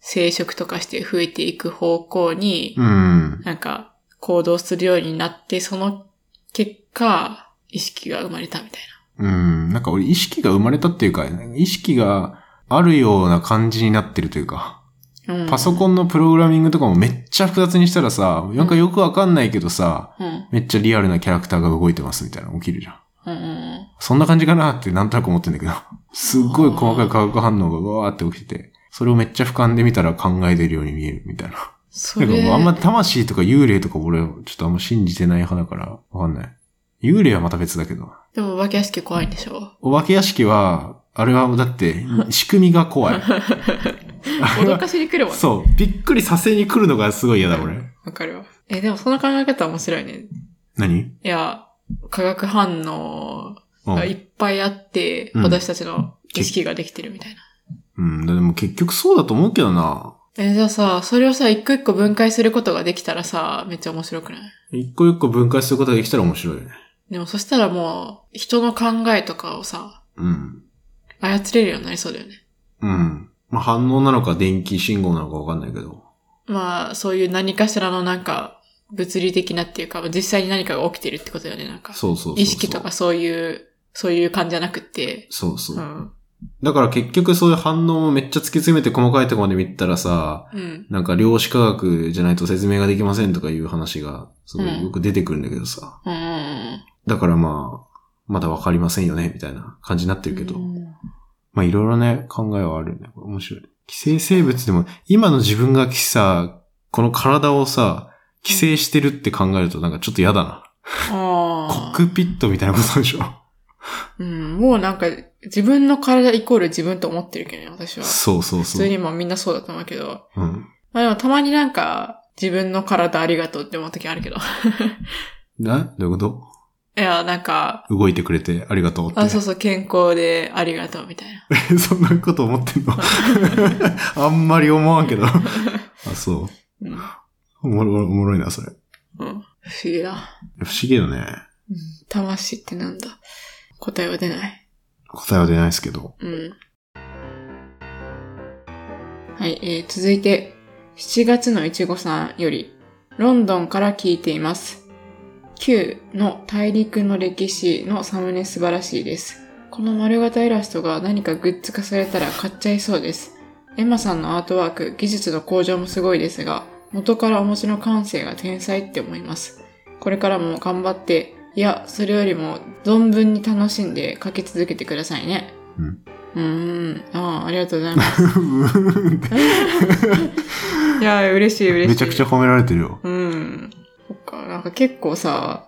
[SPEAKER 1] 生殖とかして増えていく方向に、
[SPEAKER 2] うん。
[SPEAKER 1] なんか、行動するようになって、その結果、意識が生まれたみたい
[SPEAKER 2] うん。なんか俺意識が生まれたっていうか、意識があるような感じになってるというか、
[SPEAKER 1] うん。
[SPEAKER 2] パソコンのプログラミングとかもめっちゃ複雑にしたらさ、なんかよくわかんないけどさ、
[SPEAKER 1] うん。
[SPEAKER 2] めっちゃリアルなキャラクターが動いてますみたいなの起きるじゃん。
[SPEAKER 1] うんうん
[SPEAKER 2] そんな感じかなってなんとなく思ってんだけど、 すっごい細かい化学反応がわーって起きてて、それをめっちゃ俯瞰で見たら考えてるように見えるみたいな。
[SPEAKER 1] そ
[SPEAKER 2] な
[SPEAKER 1] れ
[SPEAKER 2] んかもうあんま魂とか幽霊とか俺、ちょっとあんま信じてない派だから、わかんない。幽霊はまた別だけど。
[SPEAKER 1] でもお化け屋敷怖いんでしょ
[SPEAKER 2] お化け屋敷は、あれはだって、仕組みが怖い。 あれ
[SPEAKER 1] 脅
[SPEAKER 2] は、
[SPEAKER 1] かしに来るもんね。
[SPEAKER 2] そう、びっくりさせに来るのがすごい嫌だ、俺。
[SPEAKER 1] わかるわ。え、でもその考え方面白いね。
[SPEAKER 2] 何
[SPEAKER 1] いや、化学反応
[SPEAKER 2] う
[SPEAKER 1] がい
[SPEAKER 2] ん。
[SPEAKER 1] っぱいあって、
[SPEAKER 2] うん
[SPEAKER 1] 私たちの意識ができてるみたいな。
[SPEAKER 2] うん、でも結局そうだと思うけどな。
[SPEAKER 1] え、じゃあさ、それをさ、一個一個分解することができたらさ、めっちゃ面白くない
[SPEAKER 2] 一個一個分解することができたら面白いよね。
[SPEAKER 1] でもそしたらもう、人の考えとかをさ、
[SPEAKER 2] うん。
[SPEAKER 1] 操れるようになりそうだよね。
[SPEAKER 2] うん。まあ、反応なのか電気信号なのかわかんないけど。
[SPEAKER 1] まあ、そういう何かしらのなんか、物理的なっていうか、実際に何かが起きてるってことだよね、なんか。
[SPEAKER 2] そうそうそうそう。
[SPEAKER 1] 意識とか。そういう、そういう感じじゃなくて、
[SPEAKER 2] そうそうう。
[SPEAKER 1] ん。
[SPEAKER 2] だから結局そういう反応もめっちゃ突き詰めて細かいところまで見たらさ、
[SPEAKER 1] うん。
[SPEAKER 2] なんか量子科学じゃないと説明ができませんとかいう話が、すごいよく出てくるんだけどさ。
[SPEAKER 1] うんうんうん。
[SPEAKER 2] だからまあ、まだわかりませんよね、みたいな感じになってるけど。
[SPEAKER 1] うん
[SPEAKER 2] まあいろいろね、考えはあるよね。これ面白い。寄生生物でも、今の自分がさ、この体をさ、寄生してるって考えるとなんかちょっと嫌だな。
[SPEAKER 1] あ
[SPEAKER 2] コ
[SPEAKER 1] あ。
[SPEAKER 2] ックピットみたいなことでしょ。
[SPEAKER 1] うん、もうなんか、自分の体イコール自分と思ってるけどね、私は。
[SPEAKER 2] そうそう
[SPEAKER 1] 普
[SPEAKER 2] そ
[SPEAKER 1] 通
[SPEAKER 2] う。
[SPEAKER 1] にまあみんなそうだと思うけど。
[SPEAKER 2] うん。
[SPEAKER 1] まあでもたまになんか、自分の体ありがとうって思う時あるけど。
[SPEAKER 2] などういうこと
[SPEAKER 1] いや、なんか、
[SPEAKER 2] 動いてくれてありがとうって。
[SPEAKER 1] あ、そうそう、健康でありがとうみたい な。
[SPEAKER 2] そんなこと思ってん のあんまり思わんけど。あ、そう。
[SPEAKER 1] うん。うん。
[SPEAKER 2] おもろおもろいな、それ。
[SPEAKER 1] 不思議だ。
[SPEAKER 2] 不思議よね。
[SPEAKER 1] うん。魂ってなんだ答えは出ない。
[SPEAKER 2] 答えは出ないですけ ど。
[SPEAKER 1] うん。はい、えー、続いて、7月のいちごさんより、ロンドンから聞いています。Q の大陸の歴史のサムネ素晴らしいです。この丸型イラストが何かグッズ化されたら買っちゃいそうです。エマさんのアートワーク、技術の向上もすごいですが、元からお持ちの感性が天才って思います。これからも頑張って、いや、それよりも存分に楽しんで描き続けてくださいね。
[SPEAKER 2] うん。
[SPEAKER 1] うーん。ああ、ありがとうござい ます。
[SPEAKER 2] め
[SPEAKER 1] いや、嬉しい嬉しい。
[SPEAKER 2] ちゃくちゃ褒められてるよ。
[SPEAKER 1] うん。そっか、なんか結構さ、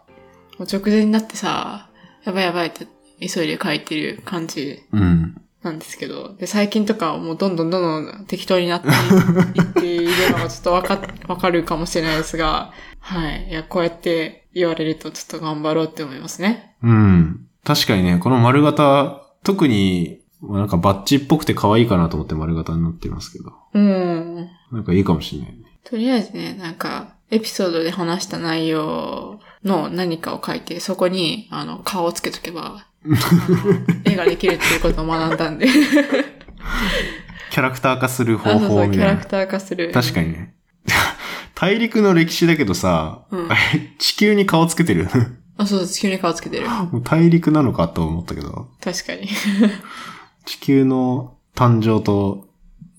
[SPEAKER 1] もう直前になってさ、やばいやばいって急いで書いてる感じ
[SPEAKER 2] うん。
[SPEAKER 1] なんですけど、で、最近とかはもうどんどんどんどん適当になっていっているのがちょっと わか、わかるかもしれないですが、はい。いや、こうやって言われるとちょっと頑張ろうって思いますね。
[SPEAKER 2] うん。確かにね、この丸型、特に、なんかバッチっぽくて可愛いかなと思って丸型になってますけど。
[SPEAKER 1] うん。
[SPEAKER 2] なんかいいかもしれないね。
[SPEAKER 1] とりあえずね、なんか、エピソードで話した内容の何かを書いて、そこに、あの、顔をつけと けば、あの絵ができるっていうことを学んだんで。
[SPEAKER 2] キャラクター化する
[SPEAKER 1] あ、
[SPEAKER 2] 方
[SPEAKER 1] そ
[SPEAKER 2] 法
[SPEAKER 1] うそう、
[SPEAKER 2] み
[SPEAKER 1] キ
[SPEAKER 2] た
[SPEAKER 1] ャ
[SPEAKER 2] い
[SPEAKER 1] ラ
[SPEAKER 2] な
[SPEAKER 1] ク。ター化する。
[SPEAKER 2] 確かにね。 大陸の歴史だけどさ、
[SPEAKER 1] うん
[SPEAKER 2] あれ 地球に顔つけてる。
[SPEAKER 1] あ、そうそう、地球に顔つけてる。
[SPEAKER 2] もう大陸なのかと思ったけど、
[SPEAKER 1] 確かに。
[SPEAKER 2] 地球の誕生と、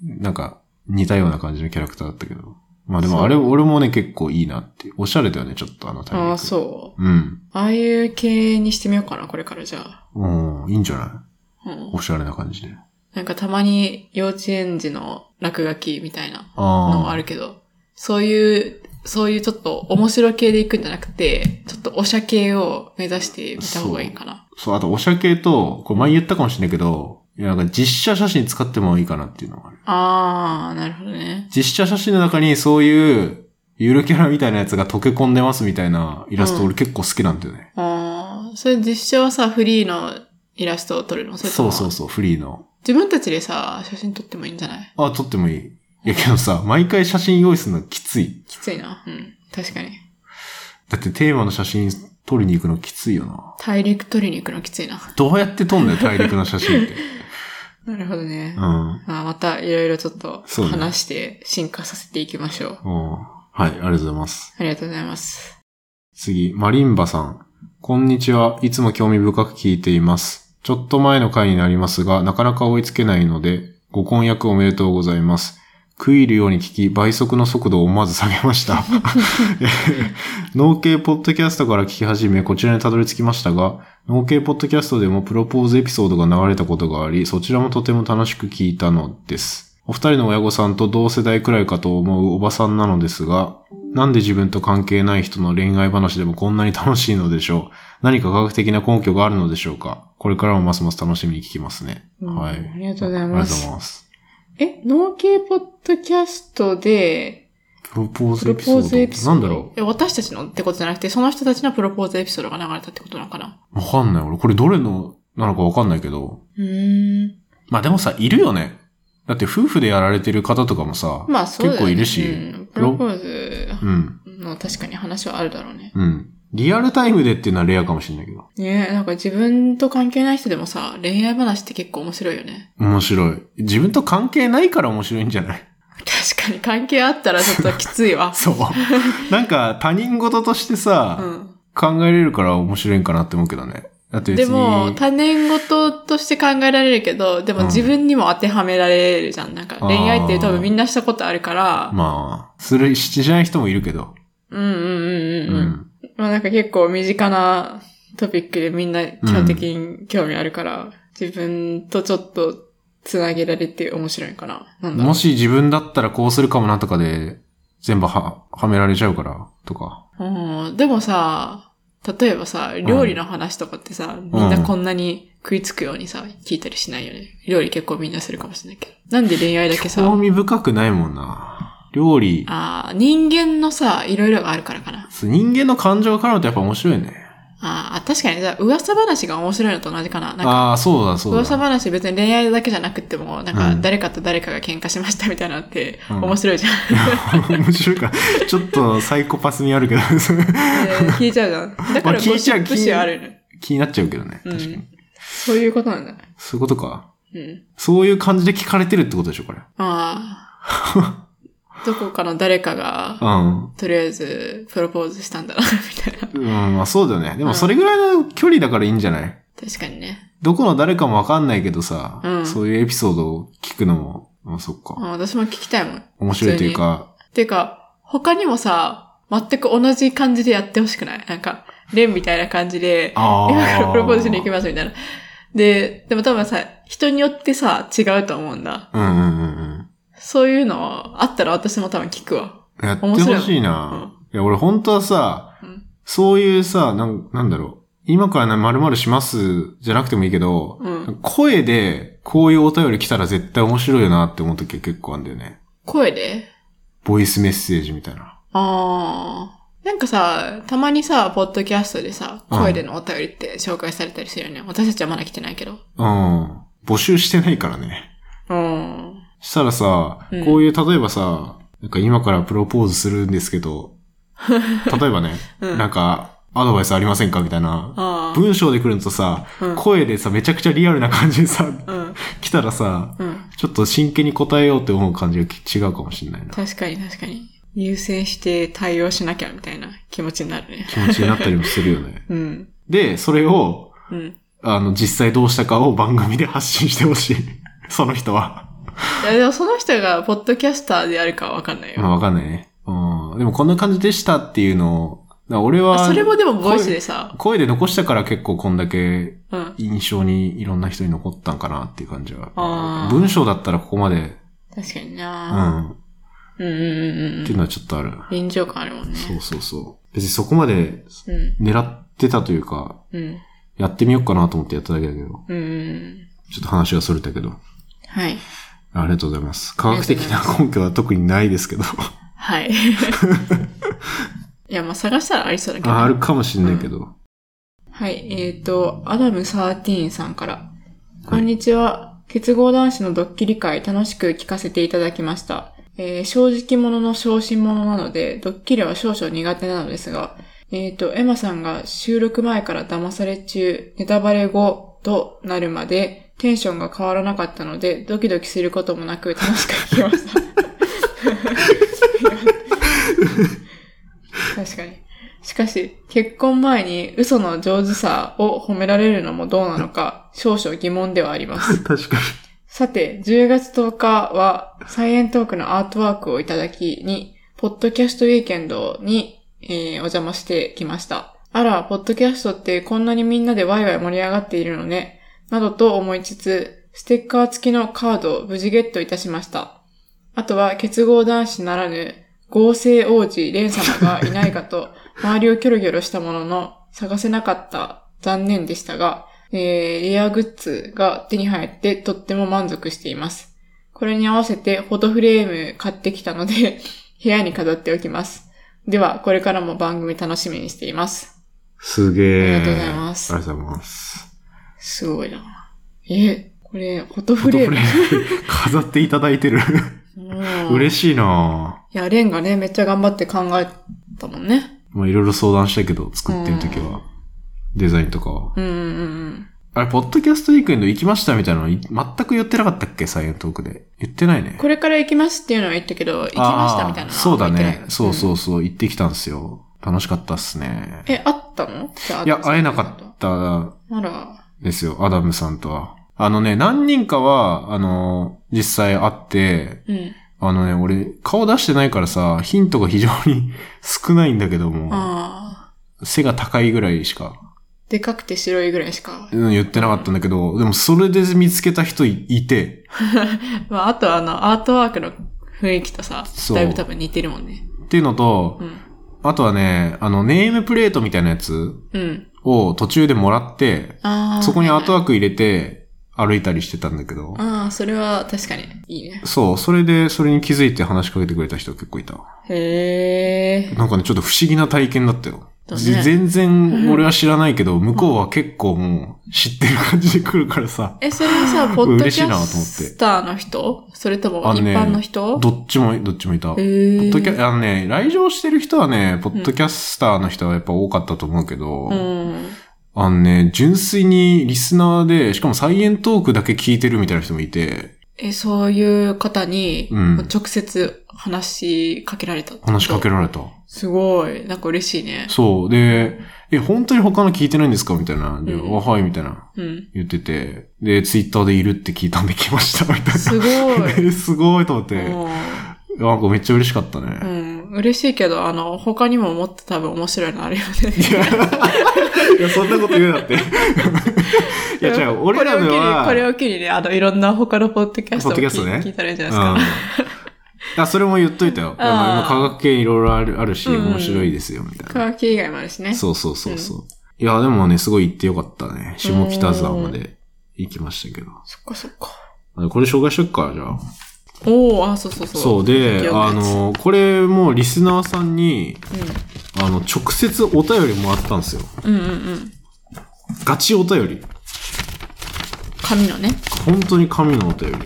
[SPEAKER 2] なんか、似たような感じのキャラクターだったけど。まあで
[SPEAKER 1] そ
[SPEAKER 2] も
[SPEAKER 1] う
[SPEAKER 2] あれ、俺もね、結構いいなっていう。おしゃれだよね、ちょっとあの大陸。
[SPEAKER 1] ああ、そう。
[SPEAKER 2] う。うん。
[SPEAKER 1] ああいう系にしてみようかな、これからじゃあ。
[SPEAKER 2] うん、いいんじゃな
[SPEAKER 1] う
[SPEAKER 2] い
[SPEAKER 1] ん。
[SPEAKER 2] おしゃれな感じで。
[SPEAKER 1] なんかたまに幼稚園児の落書きみたいなの
[SPEAKER 2] あ
[SPEAKER 1] も
[SPEAKER 2] あ。
[SPEAKER 1] あるけど、そういう、そういうちょっと面白系でいくんじゃなくて、ちょっとおしゃ系を目指してみた方がいいかな。
[SPEAKER 2] そう、あと、おしゃ系と、これ前言ったかもしれないけど、いや、なんか実写写真使ってもいいかなっていうのがある。
[SPEAKER 1] ああ、なるほどね。
[SPEAKER 2] 実写写真の中にそういう、ゆるキャラみたいなやつが溶け込んでますみたいなイラスト、
[SPEAKER 1] うん
[SPEAKER 2] 俺結構好きなんだよね。
[SPEAKER 1] ああ、それ実写はさ、フリーのイラストを撮るのそれと
[SPEAKER 2] そ
[SPEAKER 1] も
[SPEAKER 2] うそうそう、フリーの。
[SPEAKER 1] 自分たちでさ、写真撮ってもいいんじゃない
[SPEAKER 2] あ、撮ってもいい。いやけどさ、 毎回写真用意するのきつい。
[SPEAKER 1] きついな。うん。確かに。
[SPEAKER 2] だってテーマの写真撮りに行くのきついよな。
[SPEAKER 1] 大陸撮りに行くのきついな。
[SPEAKER 2] どうやって撮んだよ、大陸の写真って。
[SPEAKER 1] なるほどね。
[SPEAKER 2] うん。
[SPEAKER 1] まあ、またいろいろちょっと
[SPEAKER 2] そうね
[SPEAKER 1] 話して進化させていきましょう。
[SPEAKER 2] うんはい、ありがとうございます。
[SPEAKER 1] ありがとうございます。
[SPEAKER 2] 次、マリンバさん。こんにちは。いつも興味深く聞いています。ちょっと前の回になりますが、なかなか追いつけないので、ご婚約おめでとうございます。食い入るように聞き、倍速の速度を思わず下げました。 農系ポッドキャストから聞き始め、こちらにたどり着きましたが、農系ポッドキャストでもプロポーズエピソードが流れたことがあり、そちらもとても楽しく聞いたのです。お二人の親御さんと同世代くらいかと思うおばさんなのですが、なんで自分と関係ない人の恋愛話でもこんなに楽しいのでしょう何か科学的な根拠があるのでしょうかこれからもますます楽しみに聞きますね。
[SPEAKER 1] うん
[SPEAKER 2] はい。
[SPEAKER 1] ありがとうござい
[SPEAKER 2] ありがとう
[SPEAKER 1] ます
[SPEAKER 2] ございます。
[SPEAKER 1] え、農系ポッドキャストで、
[SPEAKER 2] プロポー
[SPEAKER 1] プ
[SPEAKER 2] ズエ
[SPEAKER 1] ロ
[SPEAKER 2] ピソ
[SPEAKER 1] ポーズエピ
[SPEAKER 2] ー
[SPEAKER 1] ソ
[SPEAKER 2] ド。な
[SPEAKER 1] ード。
[SPEAKER 2] んだろ
[SPEAKER 1] え、私たちのってことじゃなくて、その人たちのプロポーズエピソードが流れたってことなのかな
[SPEAKER 2] うわかんない。俺、これどれの、なのかわかんないけど。
[SPEAKER 1] うーん。
[SPEAKER 2] まあでもさ、いるよね。だって夫婦でやられてる方とかもさ、
[SPEAKER 1] まあ、そうだ、ね、
[SPEAKER 2] 結構いるし
[SPEAKER 1] うんプロポーズ
[SPEAKER 2] うん。
[SPEAKER 1] の確かに話はあるだろうね。
[SPEAKER 2] うん。リアルタイムでっていうのはレアかもしれないけど。
[SPEAKER 1] ねえ、なんか自分と関係ない人でもさ、恋愛話って結構面白いよね。
[SPEAKER 2] 面白い。自分と関係ないから面白いんじゃない
[SPEAKER 1] 確かに関係あったらちょっときつい わ。
[SPEAKER 2] そう。なんか他人事としてさ、
[SPEAKER 1] うん。
[SPEAKER 2] 考えれるから面白いんかなって思うけどね。だって
[SPEAKER 1] で
[SPEAKER 2] 別に。
[SPEAKER 1] も、他人事として考えられるけど、で
[SPEAKER 2] う
[SPEAKER 1] も
[SPEAKER 2] ん
[SPEAKER 1] 自分にも当てはめられるじゃん。なんか恋愛って多分みんなしたことあるから、
[SPEAKER 2] まあ、する、しない人もいるけど。
[SPEAKER 1] うんうんうん
[SPEAKER 2] う
[SPEAKER 1] うん。うん、
[SPEAKER 2] ん。
[SPEAKER 1] まあなんか結構身近なトピックでみんな基本的に興味あるから、自分とちょっとつなげられて面白いかな。なんだろう
[SPEAKER 2] もし自分だったらこうするかもなとかで、全部は、はめられちゃうから、とか。
[SPEAKER 1] うん、でもさ、例えばさ、料理の話とかってさ、みんなこんなに食いつくようにさ、聞いたりしないよね。料理結構みんなするかもしれないけど。なんで恋愛だけさ、
[SPEAKER 2] 興味深くないもんな。料理、
[SPEAKER 1] あー人間のさ、いろいろがあるからかな。
[SPEAKER 2] 人間の感情が絡むとやっぱ面白いね。
[SPEAKER 1] あー確かにじゃあ噂話が面白いのと同じかな。なんか、
[SPEAKER 2] ああー、そうだそうだ。
[SPEAKER 1] 噂話別に恋愛だけじゃなくっても、なんか
[SPEAKER 2] うん
[SPEAKER 1] 誰かと誰かが喧嘩しましたみたいなのって
[SPEAKER 2] うん
[SPEAKER 1] 面白いじゃん。
[SPEAKER 2] 面白いか。ちょっとサイコパスにあるけど、それ
[SPEAKER 1] で 聞いちゃうじゃん。だか
[SPEAKER 2] まあ
[SPEAKER 1] ら
[SPEAKER 2] 聞
[SPEAKER 1] ゴ
[SPEAKER 2] いち
[SPEAKER 1] シ
[SPEAKER 2] ゃう
[SPEAKER 1] ップ誌あるの。
[SPEAKER 2] 気になっちゃうけどね。
[SPEAKER 1] う
[SPEAKER 2] 確かに。
[SPEAKER 1] ん。そういうことなんだ。
[SPEAKER 2] そういうことか。
[SPEAKER 1] うん。
[SPEAKER 2] そういう感じで聞かれてるってことでしょ、これ。
[SPEAKER 1] ああ。どこかの誰 かが、
[SPEAKER 2] うん。
[SPEAKER 1] とりあえず、プロポーズしたんだな、みたいな。
[SPEAKER 2] うん、まあそうだよね。で
[SPEAKER 1] う
[SPEAKER 2] も
[SPEAKER 1] ん
[SPEAKER 2] それぐらいの距離だからいいんじゃない
[SPEAKER 1] 確かにね。
[SPEAKER 2] どこの誰かもわかんないけどさ、
[SPEAKER 1] うん
[SPEAKER 2] そういうエピソードを聞くのも、あそっ
[SPEAKER 1] あ
[SPEAKER 2] か。
[SPEAKER 1] あ私も聞きたいもん。っ
[SPEAKER 2] 面白いというか、
[SPEAKER 1] ていうか、他にもさ、全く同じ感じでやってほしくないなんか、レンみたいな感じで、
[SPEAKER 2] あ
[SPEAKER 1] 今から
[SPEAKER 2] あ。
[SPEAKER 1] プロポーズしに行きます、みたいな。で、でも多分さ、人によってさ、違うと思うんだ。
[SPEAKER 2] うんうんうん
[SPEAKER 1] そういうのあったら私も多分聞くわ。
[SPEAKER 2] うん。やってほしいな。いや、俺本当はさ、
[SPEAKER 1] うん
[SPEAKER 2] そういうさ、なん、なんだろう。今からな、〇〇します、じゃなくてもいいけど、
[SPEAKER 1] うん。
[SPEAKER 2] 声で、こういうお便り来たら絶対面白いよなって思う時は結構あるんだよね。
[SPEAKER 1] 声で
[SPEAKER 2] ボイスメッセージみたいな。
[SPEAKER 1] ああ。なんかさ、たまにさ、ポッドキャストでさ、
[SPEAKER 2] うん
[SPEAKER 1] 声でのお便りって紹介されたりするよね。私たちはまだ来てないけど。
[SPEAKER 2] うん。募集してないからね。
[SPEAKER 1] うん。
[SPEAKER 2] したらさ、
[SPEAKER 1] うん
[SPEAKER 2] こういう、例えばさ、なんか今からプロポーズするんですけ ど、例えばね、
[SPEAKER 1] うん
[SPEAKER 2] なんか、アドバイスありませんかみたいな。
[SPEAKER 1] あ
[SPEAKER 2] 文章で来るのとさ、
[SPEAKER 1] あ。うん。
[SPEAKER 2] 声でさ、めちゃくちゃリアルな感じでさ、
[SPEAKER 1] うん。
[SPEAKER 2] 来たらさ、
[SPEAKER 1] うん。
[SPEAKER 2] ちょっと真剣に答えようって思う感じがき違うかもしれないな。
[SPEAKER 1] 確かに確かに。優先して対応しなきゃみたいな気持ちになるね。。
[SPEAKER 2] 気持ちになったりもするよね
[SPEAKER 1] うん。
[SPEAKER 2] で、それを、
[SPEAKER 1] うん。
[SPEAKER 2] あの、実際どうしたかを番組で発信してほしい。 その人は。
[SPEAKER 1] いや、でもその人がポッドキャスターであるかはわかんない
[SPEAKER 2] まあ、
[SPEAKER 1] よ。
[SPEAKER 2] わかんないね。うん。でも、こんな感じでしたっていうのを、だから俺は、
[SPEAKER 1] あそれもでもボイスでさ、
[SPEAKER 2] 声で残したから結構こんだけ
[SPEAKER 1] うん。
[SPEAKER 2] 印象にいろんな人に残ったんかなっていう感じは
[SPEAKER 1] あ。ー
[SPEAKER 2] 文章だったらここまで、
[SPEAKER 1] 確かに
[SPEAKER 2] う
[SPEAKER 1] な、
[SPEAKER 2] ん。っ
[SPEAKER 1] うん、うんうんうん
[SPEAKER 2] ていうのはちょっとある。
[SPEAKER 1] 臨場感あるもんね。
[SPEAKER 2] そうそうそう。別にそこまで
[SPEAKER 1] うん。
[SPEAKER 2] 狙ってたというか、
[SPEAKER 1] うん。
[SPEAKER 2] やってみようかなと思ってやっただけだけど、ちょ
[SPEAKER 1] うんうん。
[SPEAKER 2] っと話がそれたけど。
[SPEAKER 1] はい。
[SPEAKER 2] ありがとうございます。科学的な根拠は特にないですけど。
[SPEAKER 1] はい。いや、まあ、探したらありそうだけど。
[SPEAKER 2] ああるかもしんないけど。
[SPEAKER 1] はい。えっ、と、アダム13さんから。こんにちは。結合男子のドッキリ会楽しく聞かせていただきました。えー正直者の昇進者なので、ドッキリは少々苦手なのですが、えっ、と、エマさんが収録前から騙され中、ネタバレ後となるまでテンションが変わらなかったので、ドキドキすることもなく楽しく聞きました。確かに。しかし、結婚前に嘘の上手さを褒められるのもどうなのか、少々疑問ではあります。
[SPEAKER 2] 確かに。
[SPEAKER 1] さて、10月10日は、サイエントークのアートワークをいただきに、ポッドキャストウィーケンドに、えーお邪魔してきました。あら、ポッドキャストってこんなにみんなでワイワイ盛り上がっているのね、などと思いつつ、ステッカー付きのカードを無事ゲットいたしました。あとは、結合男子ならぬ、合成王子レン様がいないかと、周りをキョロキョロしたものの、探せなかった、残念でしたが、えー、レアグッズが手に入ってとっても満足しています。これに合わせてフォトフレーム買ってきたので、 部屋に飾っておきます。では、これからも番組楽しみにしています。
[SPEAKER 2] すげえ。
[SPEAKER 1] ありがとうございます
[SPEAKER 2] ありがとうございます。
[SPEAKER 1] すごいな。え、これ、フォト
[SPEAKER 2] フ
[SPEAKER 1] フ
[SPEAKER 2] ォト
[SPEAKER 1] レー
[SPEAKER 2] フ
[SPEAKER 1] ム
[SPEAKER 2] レーム飾っていただいてる。
[SPEAKER 1] うん
[SPEAKER 2] 嬉しいない
[SPEAKER 1] や、レンがね、めっちゃ頑張って考えたもんね。
[SPEAKER 2] ぁ。まあいろいろ相談したけど、作ってる時は。デザインとかは。
[SPEAKER 1] うんうんうん
[SPEAKER 2] あれ、ポッドキャストウィークエンド行きましたみたいなのい全く言ってなかったっけサイエントークで。言ってないね
[SPEAKER 1] うん。。これから行きますっていうのは言ったけど、行きましたみたいなのは言って
[SPEAKER 2] あ
[SPEAKER 1] ない。
[SPEAKER 2] ーそうだね。そう
[SPEAKER 1] うん
[SPEAKER 2] そうそう。行ってきたんですよ。楽しかったっすね。
[SPEAKER 1] え、会ったのじゃあ
[SPEAKER 2] いや、会えなかった
[SPEAKER 1] あら。
[SPEAKER 2] ですよ。アダムさんとは。あのね、何人かは、あの、実際会って、
[SPEAKER 1] うん。
[SPEAKER 2] あのね、俺、顔出してないからさ、ヒントが非常に 少ないんだけども、
[SPEAKER 1] ああ。
[SPEAKER 2] 背が高いぐらいしか、
[SPEAKER 1] でかくて白いぐらいしか。
[SPEAKER 2] うん、言ってなかったんだけど、でもそれで見つけた人いいて、
[SPEAKER 1] まあ、あとはあの、アートワークの雰囲気とさ、
[SPEAKER 2] そう
[SPEAKER 1] だいぶ多分似てるもんね。
[SPEAKER 2] っていうのと、
[SPEAKER 1] うん。
[SPEAKER 2] あとはね、あの、ネームプレートみたいなやつ
[SPEAKER 1] うん。
[SPEAKER 2] を途中でもらって、
[SPEAKER 1] ああ。
[SPEAKER 2] そこにアート
[SPEAKER 1] ワ
[SPEAKER 2] ワ
[SPEAKER 1] ー
[SPEAKER 2] ーク入れて歩いたりしてたんだけど、
[SPEAKER 1] ああ、それは確かにいいね。
[SPEAKER 2] そう、それで、それに気づいて話しかけてくれた人結構いた。
[SPEAKER 1] へえ。
[SPEAKER 2] なんかね、ちょっと不思議な体験だったよ。
[SPEAKER 1] だね
[SPEAKER 2] ぜ全然俺は知らないけど、向こうは結構もう知ってる感じで来るからさ、
[SPEAKER 1] え、それ はさ、ポッド
[SPEAKER 2] 嬉し
[SPEAKER 1] キ
[SPEAKER 2] いな
[SPEAKER 1] ャ
[SPEAKER 2] と思って
[SPEAKER 1] スターの人それとも
[SPEAKER 2] あの
[SPEAKER 1] 一
[SPEAKER 2] ね
[SPEAKER 1] 般の人
[SPEAKER 2] どっちも、どっちもいた。ポ
[SPEAKER 1] へえ。
[SPEAKER 2] ッドキャあのね、来場してる人はね、ポッドキャスターの人はやっぱ多かったと思うけど、
[SPEAKER 1] うん。
[SPEAKER 2] あのね、純粋にリスナーで、しかもサイエントークだけ聞いてるみたいな人もいて、
[SPEAKER 1] え、そういう方に、
[SPEAKER 2] うん
[SPEAKER 1] 直接話しかけられたってこと
[SPEAKER 2] 話しかけられた。
[SPEAKER 1] すごい。なんか嬉しいね。
[SPEAKER 2] そう。で、え、本当に他の聞いてないんですかみたいな。で、
[SPEAKER 1] うん
[SPEAKER 2] わはい、みたいな。
[SPEAKER 1] うん。
[SPEAKER 2] 言ってて、で、ツイッターでいるって聞いたんで来ました、みたいな。
[SPEAKER 1] すごい。
[SPEAKER 2] えすごいと思って、なんかめっちゃ嬉しかった
[SPEAKER 1] う
[SPEAKER 2] ね。
[SPEAKER 1] ん。うん嬉しいけど、あの、他にももっと多分面白いのあるよ
[SPEAKER 2] いや
[SPEAKER 1] ね。
[SPEAKER 2] いや、そんなこと言うなって。い や、違う、 俺らのは、
[SPEAKER 1] これを機に、これを機にね、あの、いろんな他のポッドキャストを
[SPEAKER 2] ポッドキャ
[SPEAKER 1] 聞
[SPEAKER 2] ストね
[SPEAKER 1] 聞いたらいいんじゃ
[SPEAKER 2] うん
[SPEAKER 1] ないですか。
[SPEAKER 2] あそれも言っといたよ。
[SPEAKER 1] あー
[SPEAKER 2] まあ今科学系いろいろあるあるし、
[SPEAKER 1] うん
[SPEAKER 2] 面白いですよ、みたい
[SPEAKER 1] 科
[SPEAKER 2] な。
[SPEAKER 1] 学系以外もあるしね。
[SPEAKER 2] そうそうそうそう。いや、でもね、すごい行ってよかったね。下北沢まで行きましたけど。
[SPEAKER 1] そっかそっか。
[SPEAKER 2] あこれ紹介しとくか、じゃあ。
[SPEAKER 1] おー、あ、そうそうそう。
[SPEAKER 2] そうで、
[SPEAKER 1] 読
[SPEAKER 2] あ
[SPEAKER 1] んだやつ、
[SPEAKER 2] の、これもリスナーさんに、あの、直接お便りもらったんですよ。
[SPEAKER 1] うん、うんうんうん。
[SPEAKER 2] ガチお便り。
[SPEAKER 1] 紙のね。
[SPEAKER 2] 本当に神のお便り。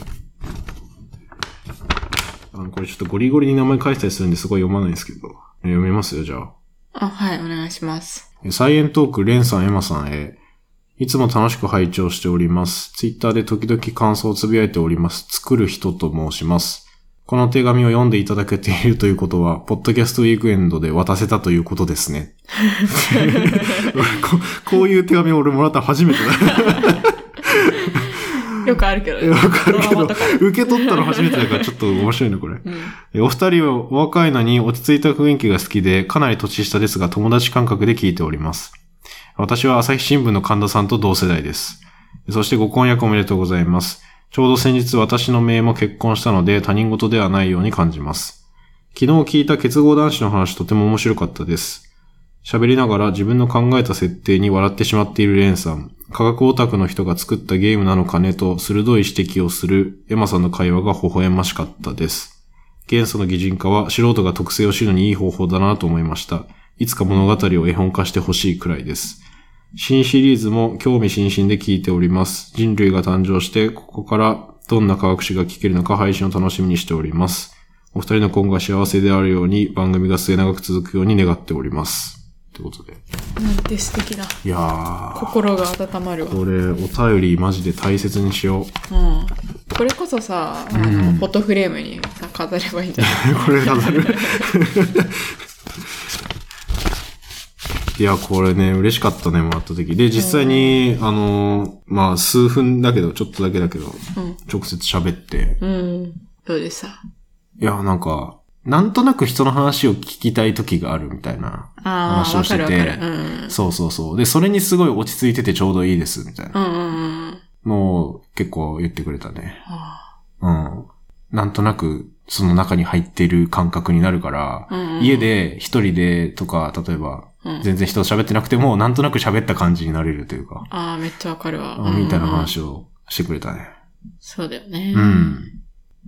[SPEAKER 2] あの、これちょっとゴリゴリに名前書いてたりするんで、そこは読まないんですけど。えー読めますよ、じゃあ。
[SPEAKER 1] あ、はい、お願いします。
[SPEAKER 2] えーサイエントーク、レンさん、エマさんへ。いつも楽しく拝聴しております。ツイッターで時々感想をつぶやいております。作る人と申します。この手紙を読んでいただけているということは、ポッドキャストウィークエンドで渡せたということですね。俺ここういう手紙俺もらったの初めてだ。
[SPEAKER 1] よくあるけどね。
[SPEAKER 2] わかるけ
[SPEAKER 1] ドラ
[SPEAKER 2] ど
[SPEAKER 1] マとかで、
[SPEAKER 2] 受け取ったの初めてだからちょっと面白いね、これ。
[SPEAKER 1] うん。
[SPEAKER 2] えお二人はお若いのに落ち着いた雰囲気が好きで、かなり年下ですが友達感覚で聞いております。私は朝日新聞の神田さんと同世代です。そしてご婚約おめでとうございます。ちょうど先日私の姪も結婚したので他人事ではないように感じます。昨日聞いた結合男子の話とても面白かったです。喋りながら自分の考えた設定に笑ってしまっているレンさん、科学オタクの人が作ったゲームなのかねと鋭い指摘をするエマさんの会話が微笑ましかったです。元素の擬人化は素人が特性を知るのにいい方法だなと思いました。いつか物語を絵本化してほしいくらいです。新シリーズも興味津々で聞いております。人類が誕生して、ここからどんな科学史が聞けるのか配信を楽しみにしております。お二人の今後が幸せであるように、番組が末永く続くように願っております。ってことで。
[SPEAKER 1] なんて素敵ない
[SPEAKER 2] やー、
[SPEAKER 1] 心が温まるわ。
[SPEAKER 2] これ、お便りマジで大切にしよう。
[SPEAKER 1] うん。これこそさ、あの、フォトフレームにさ、飾ればいいんじゃない
[SPEAKER 2] これ飾る。いや、これね、嬉しかったね、もらった時。で、実際に、あの、まあ、数分だけど、ちょっとだけだけど、
[SPEAKER 1] うん。
[SPEAKER 2] 直接喋って、
[SPEAKER 1] うん。どうでした
[SPEAKER 2] いや、なんか、なんとなく人の話を聞きたい時があるみたいな
[SPEAKER 1] ああ、
[SPEAKER 2] 話を
[SPEAKER 1] わ
[SPEAKER 2] し
[SPEAKER 1] か
[SPEAKER 2] て
[SPEAKER 1] るわかる。う
[SPEAKER 2] て、
[SPEAKER 1] ん。
[SPEAKER 2] そうそうそう。で、それにすごい落ち着いててちょうどいいです、みたいな
[SPEAKER 1] うんうんうん。
[SPEAKER 2] のを結構言ってくれたね。
[SPEAKER 1] あ
[SPEAKER 2] うん。なんとなく、その中に入ってる感覚になるから、
[SPEAKER 1] ーうんうん
[SPEAKER 2] 家、で一人でとか、例えば、
[SPEAKER 1] うん、
[SPEAKER 2] 全然人と喋ってなくても、なんとなく喋った感じになれるというか、
[SPEAKER 1] ああ、めっちゃわかるわ。
[SPEAKER 2] あみたいな
[SPEAKER 1] うんうん。
[SPEAKER 2] 話をしてくれたね。
[SPEAKER 1] そうだよね。
[SPEAKER 2] うん。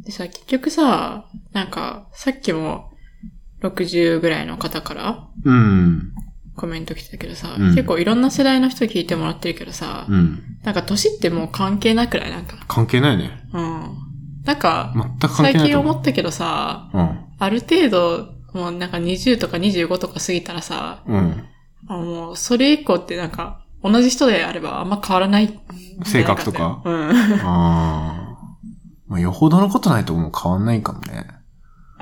[SPEAKER 1] でさ、結局さ、なんか、さっきも60ぐらいの方から
[SPEAKER 2] うん。
[SPEAKER 1] コメント来てたけどさ、
[SPEAKER 2] うん
[SPEAKER 1] 結構いろんな世代の人聞いてもらってるけどさ、
[SPEAKER 2] うん。
[SPEAKER 1] なんか年ってもう関係なくないなんか。
[SPEAKER 2] 関係ないね。
[SPEAKER 1] うん。なんか、
[SPEAKER 2] 全く関係ない
[SPEAKER 1] 最
[SPEAKER 2] と
[SPEAKER 1] 近
[SPEAKER 2] 思
[SPEAKER 1] 思
[SPEAKER 2] う。
[SPEAKER 1] ったけどさ、ある程度、もうなんか20とか25とか過ぎたらさ、
[SPEAKER 2] うん。うん。
[SPEAKER 1] あもうそれ以降ってなんか、同じ人であればあんま変わらない。
[SPEAKER 2] 性格とか
[SPEAKER 1] うん。
[SPEAKER 2] ああ。まあ、よほどのことないともう変わんないかもね。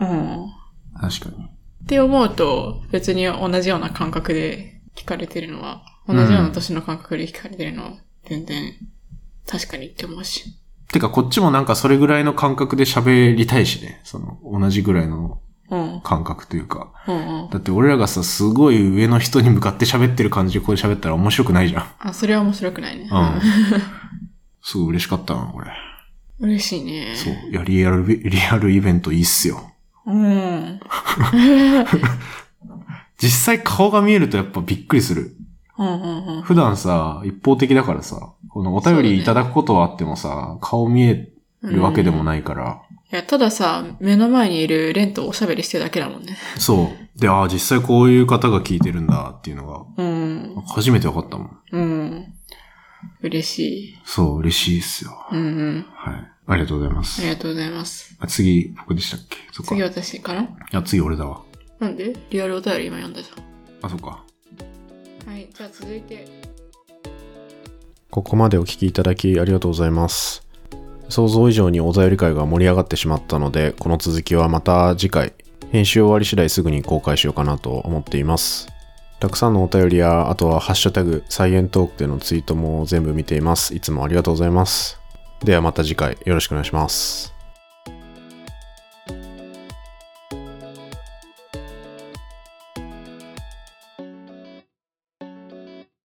[SPEAKER 1] うん。
[SPEAKER 2] 確かに。
[SPEAKER 1] って思うと、別に同じような感覚で聞かれてるのは、同じような年の感覚で聞かれてるのは、全然、確かにって思うし。
[SPEAKER 2] てか、こっちもなんかそれぐらいの感覚で喋りたいしね。その、同じぐらいの
[SPEAKER 1] うん。
[SPEAKER 2] 感覚というか。
[SPEAKER 1] うんうん。
[SPEAKER 2] だって俺らがさ、すごい上の人に向かって喋ってる感じでこう喋ったら面白くないじゃん。
[SPEAKER 1] あ、それは面白くないね。
[SPEAKER 2] うん。すごい嬉しかったな、これ。
[SPEAKER 1] うん。嬉しいね。
[SPEAKER 2] そう。いや、リアル、リアルイベントいいっすよ。
[SPEAKER 1] うん。
[SPEAKER 2] 実際顔が見えるとやっぱびっくりする。
[SPEAKER 1] うんうんうん。
[SPEAKER 2] 普段さ、一方的だからさ、このお便りいただくことはあってもさ、顔見えるわけでもないから。
[SPEAKER 1] いや、たださ、目の前にいるレンとおしゃべりしてるだけだもんね。
[SPEAKER 2] そう。で、ああ、実際こういう方が聞いてるんだっていうのが、
[SPEAKER 1] うん。
[SPEAKER 2] 初めて分かったもん。
[SPEAKER 1] うん。嬉しい。
[SPEAKER 2] そう、嬉しいっすよ。
[SPEAKER 1] うんうん。
[SPEAKER 2] はい。ありがとうございま
[SPEAKER 1] あ
[SPEAKER 2] す。
[SPEAKER 1] りがとうございます。
[SPEAKER 2] あ次、僕でしたっけそっか。
[SPEAKER 1] 次
[SPEAKER 2] い
[SPEAKER 1] 私かな
[SPEAKER 2] や、次俺だわ。
[SPEAKER 1] なんでリアルお便り今読んだじ
[SPEAKER 2] あ、そっか。
[SPEAKER 1] ゃん。はい、じゃあ続いて。
[SPEAKER 2] ここまでお聞きいただきありがとうございます。想像以上にお便り会が盛り上がってしまったので、この続きはまた次回、編集終わり次第すぐに公開しようかなと思っています。たくさんのお便りや、あとはハッシュタグ、サイエントークでのツイートも全部見ています。いつもありがとうございます。ではまた次回、よろしくお願いします。